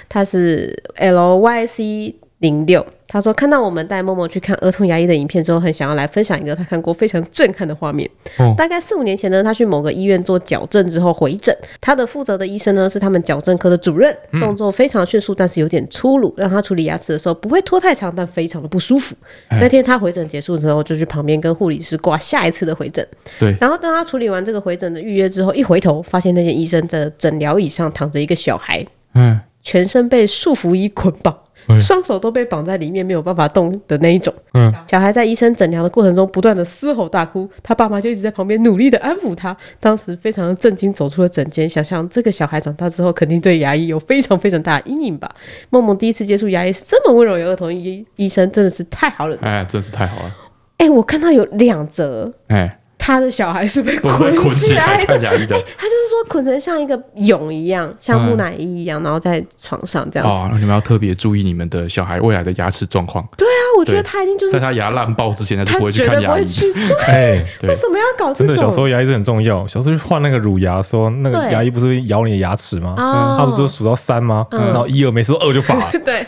A: 他是 L Y C 零六，他说看到我们带默默去看儿童牙医的影片之后，很想要来分享一个他看过非常震撼的画面。
B: 哦
A: 大概四五年前呢，他去某个医院做矫正之后回诊，他的负责的医生呢是他们矫正科的主任，
B: 嗯
A: 动作非常迅速，但是有点粗鲁，让他处理牙齿的时候不会拖太长，但非常的不舒服。
B: 哎
A: 那天他回诊结束之后，就去旁边跟护理师挂下一次的回诊。
B: 对，
A: 然后当他处理完这个回诊的预约之后，一回头发现那间医生在诊疗椅上躺着一个小孩，
B: 嗯，
A: 全身被束缚衣捆绑，双手都被绑在里面，没有办法动的那一种。
B: 嗯
A: 小孩在医生诊疗的过程中不断的嘶吼大哭，他爸妈就一直在旁边努力的安抚他。当时非常震惊，走出了诊间，想象这个小孩长大之后肯定对牙医有非常非常大的阴影吧。梦梦第一次接触牙医是这么温柔有儿童医医生，真的是太好了。
B: 哎，真是太好了，
A: 哎，我看到有两则，
B: 哎，
E: 他的小孩是 被
B: 都被
E: 捆
B: 捆起
E: 来
B: 来
E: 的
B: 看，牙医的
A: 他就是说捆成像一个蛹一样，像木乃伊一样，然后在床上这样子。
B: 哦，那你们要特别注意你们的小孩未来的牙齿状况，
A: 啊，我觉得他一定就是
B: 在他牙烂爆之前，他是
A: 他
B: 不会去
A: 绝
B: 看
A: 对不
B: 牙
A: 会
B: 医的。
A: 去，对，
C: 哎，
B: 对
A: 为，什么要搞这
C: 真
A: 种？
C: 的，小时候牙医是很重要。小时候去换那个乳牙的时候，那个
A: 对
C: 牙医不是会咬你的牙齿吗？
A: 哦嗯
C: 他不是说数到三吗？然后一二，每次都二就 拔，
E: 对，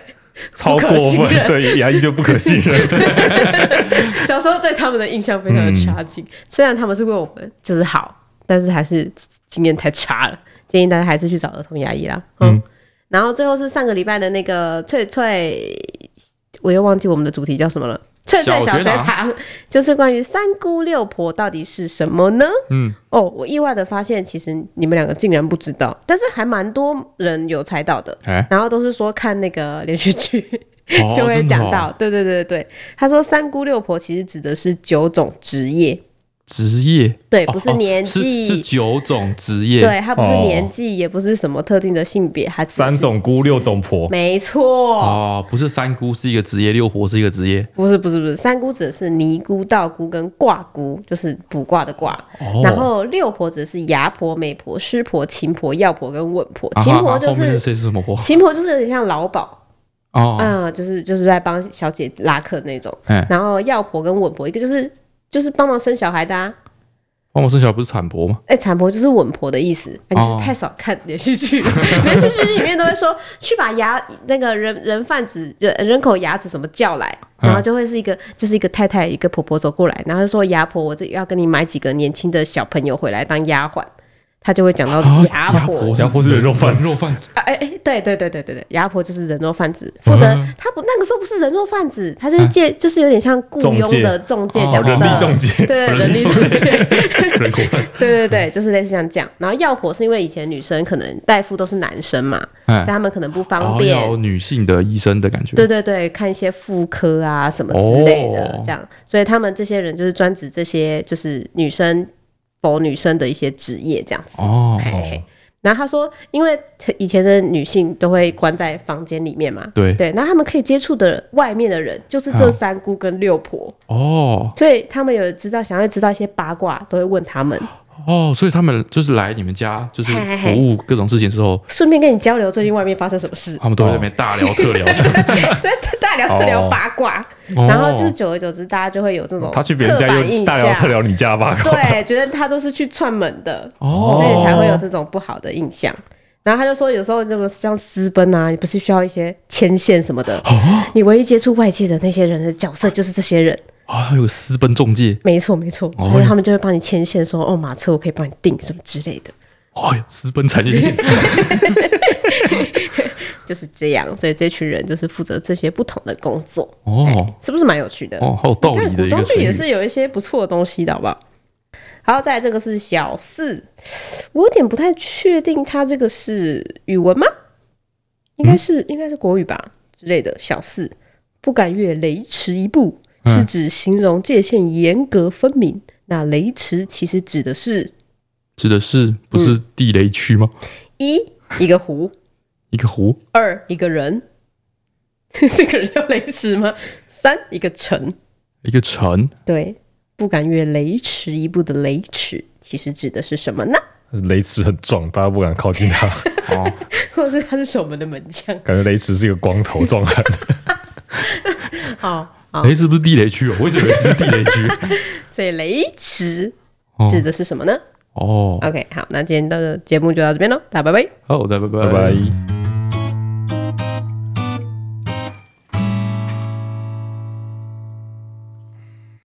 C: 超
E: 不
C: 过
E: 可信
C: 分，
E: 任
C: 对，牙医就不可信 任。
E: 小时候对他们的印象非常的差劲，
A: 虽然他们是为我们就是好，但是还是经验太差了，建议大家还是去找儿童牙医啦。嗯，然后最后是上个礼拜的那个翠翠，我又忘记我们的主题叫什么了。翠翠小
B: 小
A: 学
B: 学
A: 堂
B: 堂
A: 就是关于三姑六婆到底是什么呢？
C: 嗯，
A: 哦，我意外的发现，其实你们两个竟然不知道，但是还蛮多人有猜到的。
B: 哎，
A: 然后都是说看那个连续剧
B: 哦
A: 就会讲，
B: 真的
A: 到，
B: 哦
A: 对对对对对。他说三姑六婆其实指的是九种职业，
B: 职业
A: 对，
B: 哦
A: 不是
B: 哦
A: 年
B: 是
A: 纪，
B: 是九种职业，
A: 对，它不是
C: 哦
A: 年纪，也不是什么特定的性别，它只是
C: 三，种姑，六种婆，
A: 没错，
B: 哦，不是三姑是一个职业，六婆是一个职业，
A: 不是不是不是，三姑指的是尼姑、道姑跟卦姑，就是卜卦的卦，
B: 哦，
A: 然后六婆指的是牙婆、媒婆、湿婆、琴婆、药婆跟稳婆，
B: 啊
A: 琴
B: 哈
A: 婆
B: 啊
A: 就
B: 后面
A: 是
B: 是什么婆？
A: 琴婆就是有点像劳保，
B: 哦，
A: 嗯，就是就是在帮小姐拉客那种，
B: 哎，
A: 然后药婆跟稳婆一个就是就是帮忙生小孩的啊。
B: 帮我生小孩不是产婆吗？
A: 哎、产婆就是稳婆的意思，哎你就是
B: 哦
A: 太少看连续剧了，连续剧里面都会说去把牙那个人人贩子人人口牙子什么叫来，然后就会是一个就是一个太太一个婆婆走过来，然后就说牙婆，我这要跟你买几个年轻的小朋友回来当丫鬟，他就会讲到
B: 啊
A: 牙哦婆。
C: 牙婆是人肉贩子
B: 人肉贩子，
A: 啊哎、哎，对对对对对对，牙婆就是人肉贩子，负责、
B: 嗯
A: 他不那个时候不是人肉贩子，他就是借、就是有点像雇
C: 中
A: 佣
C: 介
A: 的中介
B: 哦
A: 角色，
C: 人力中介，
A: 对人力中介。
B: 人口贩子，
A: 对对对，就是类似像这样。然后药婆是因为以前女生可能大夫都是男生嘛，所以
B: 哎，
A: 他们可能不方
B: 哦，
A: 便。
B: 要有女性的医生的感觉，
A: 对对对，看一些妇科啊什么之类的，
B: 哦
A: 这样，所以他们这些人就是专指这些就是女生否女生的一些职业这样子。
B: 哦，
A: 嘿嘿
C: 哦，
A: 然后他说，因为以前的女性都会关在房间里面嘛，
B: 对，嗯
A: 对，那他们可以接触的外面的人就是这
B: 好
A: 三姑跟六婆，
B: 哦
A: 所以他们有知道想要知道一些八卦，都会问他们，
B: 哦，所以他们就是来你们家，就是
A: 嘿嘿
B: 服
A: 嘿
B: 务各种事情之后，
A: 顺便跟你交流最近外面发生什么事。
B: 他们都会在那边大
A: 哦
B: 聊 特聊，
A: 对，大聊特聊八卦，
B: 哦
A: 然后就是久而久之，大家就会有这种
C: 他去别人
A: 刻
C: 家
A: 板
C: 又
A: 印
C: 大聊
A: 象
C: 特聊你家 吧，
A: 对，觉得他都是去串门的，
B: 哦
A: 所以才会有这种不好的印象。然后他就说，有时候这么像私奔啊，你不是需要一些牵线什么的，
C: 哦
A: 你唯一接触外界的那些人的角色就是这些人，
B: 啊，还有私奔中介，
A: 没错没
C: 哦
A: 错，然后他们就会帮你牵线说，哦，马车我可以帮你订什么之类的，
B: 哦，私奔产业链，
A: 就是这样。所以这群人就是负责这些不同的工作，
B: 哦
A: 是不是蛮有趣的？
B: 哦，好有道
A: 但
B: 理的
A: 古
B: 一个
A: 装
B: 成
A: 剧
B: 语
A: 也，是有一些不错的东西的，好不好？好，再来这个是小四，我有点不太确定，他这个是语文吗？应该
B: 嗯
A: 是、应该是国语吧之类的。小四不敢越雷池一步，
B: 嗯
A: 是指形容界限严格分明。那雷池其实指的是
B: 指的是不是地雷区吗？
A: 一一个湖，
B: 一个湖
A: 二一个人， 这个人叫雷池吗？三一个城，
B: 一个城，
A: 对，不敢越雷池一步的雷池，其实指的是什么呢？
C: 雷池很壮，大家不敢靠近他，
B: 哦，
A: 或者是他是守门的门将？
C: 感觉雷池是一个光头 壮汉。
A: 好，
B: 哎，是不是地雷区哦？我一直以为是地雷区，
A: 所以雷池
B: 哦
A: 指的是什么呢、
B: 哦，
A: o k 好，那今天的节目就到这边喽，大家拜拜。
B: 好的，拜
C: 拜
B: 拜
C: 拜。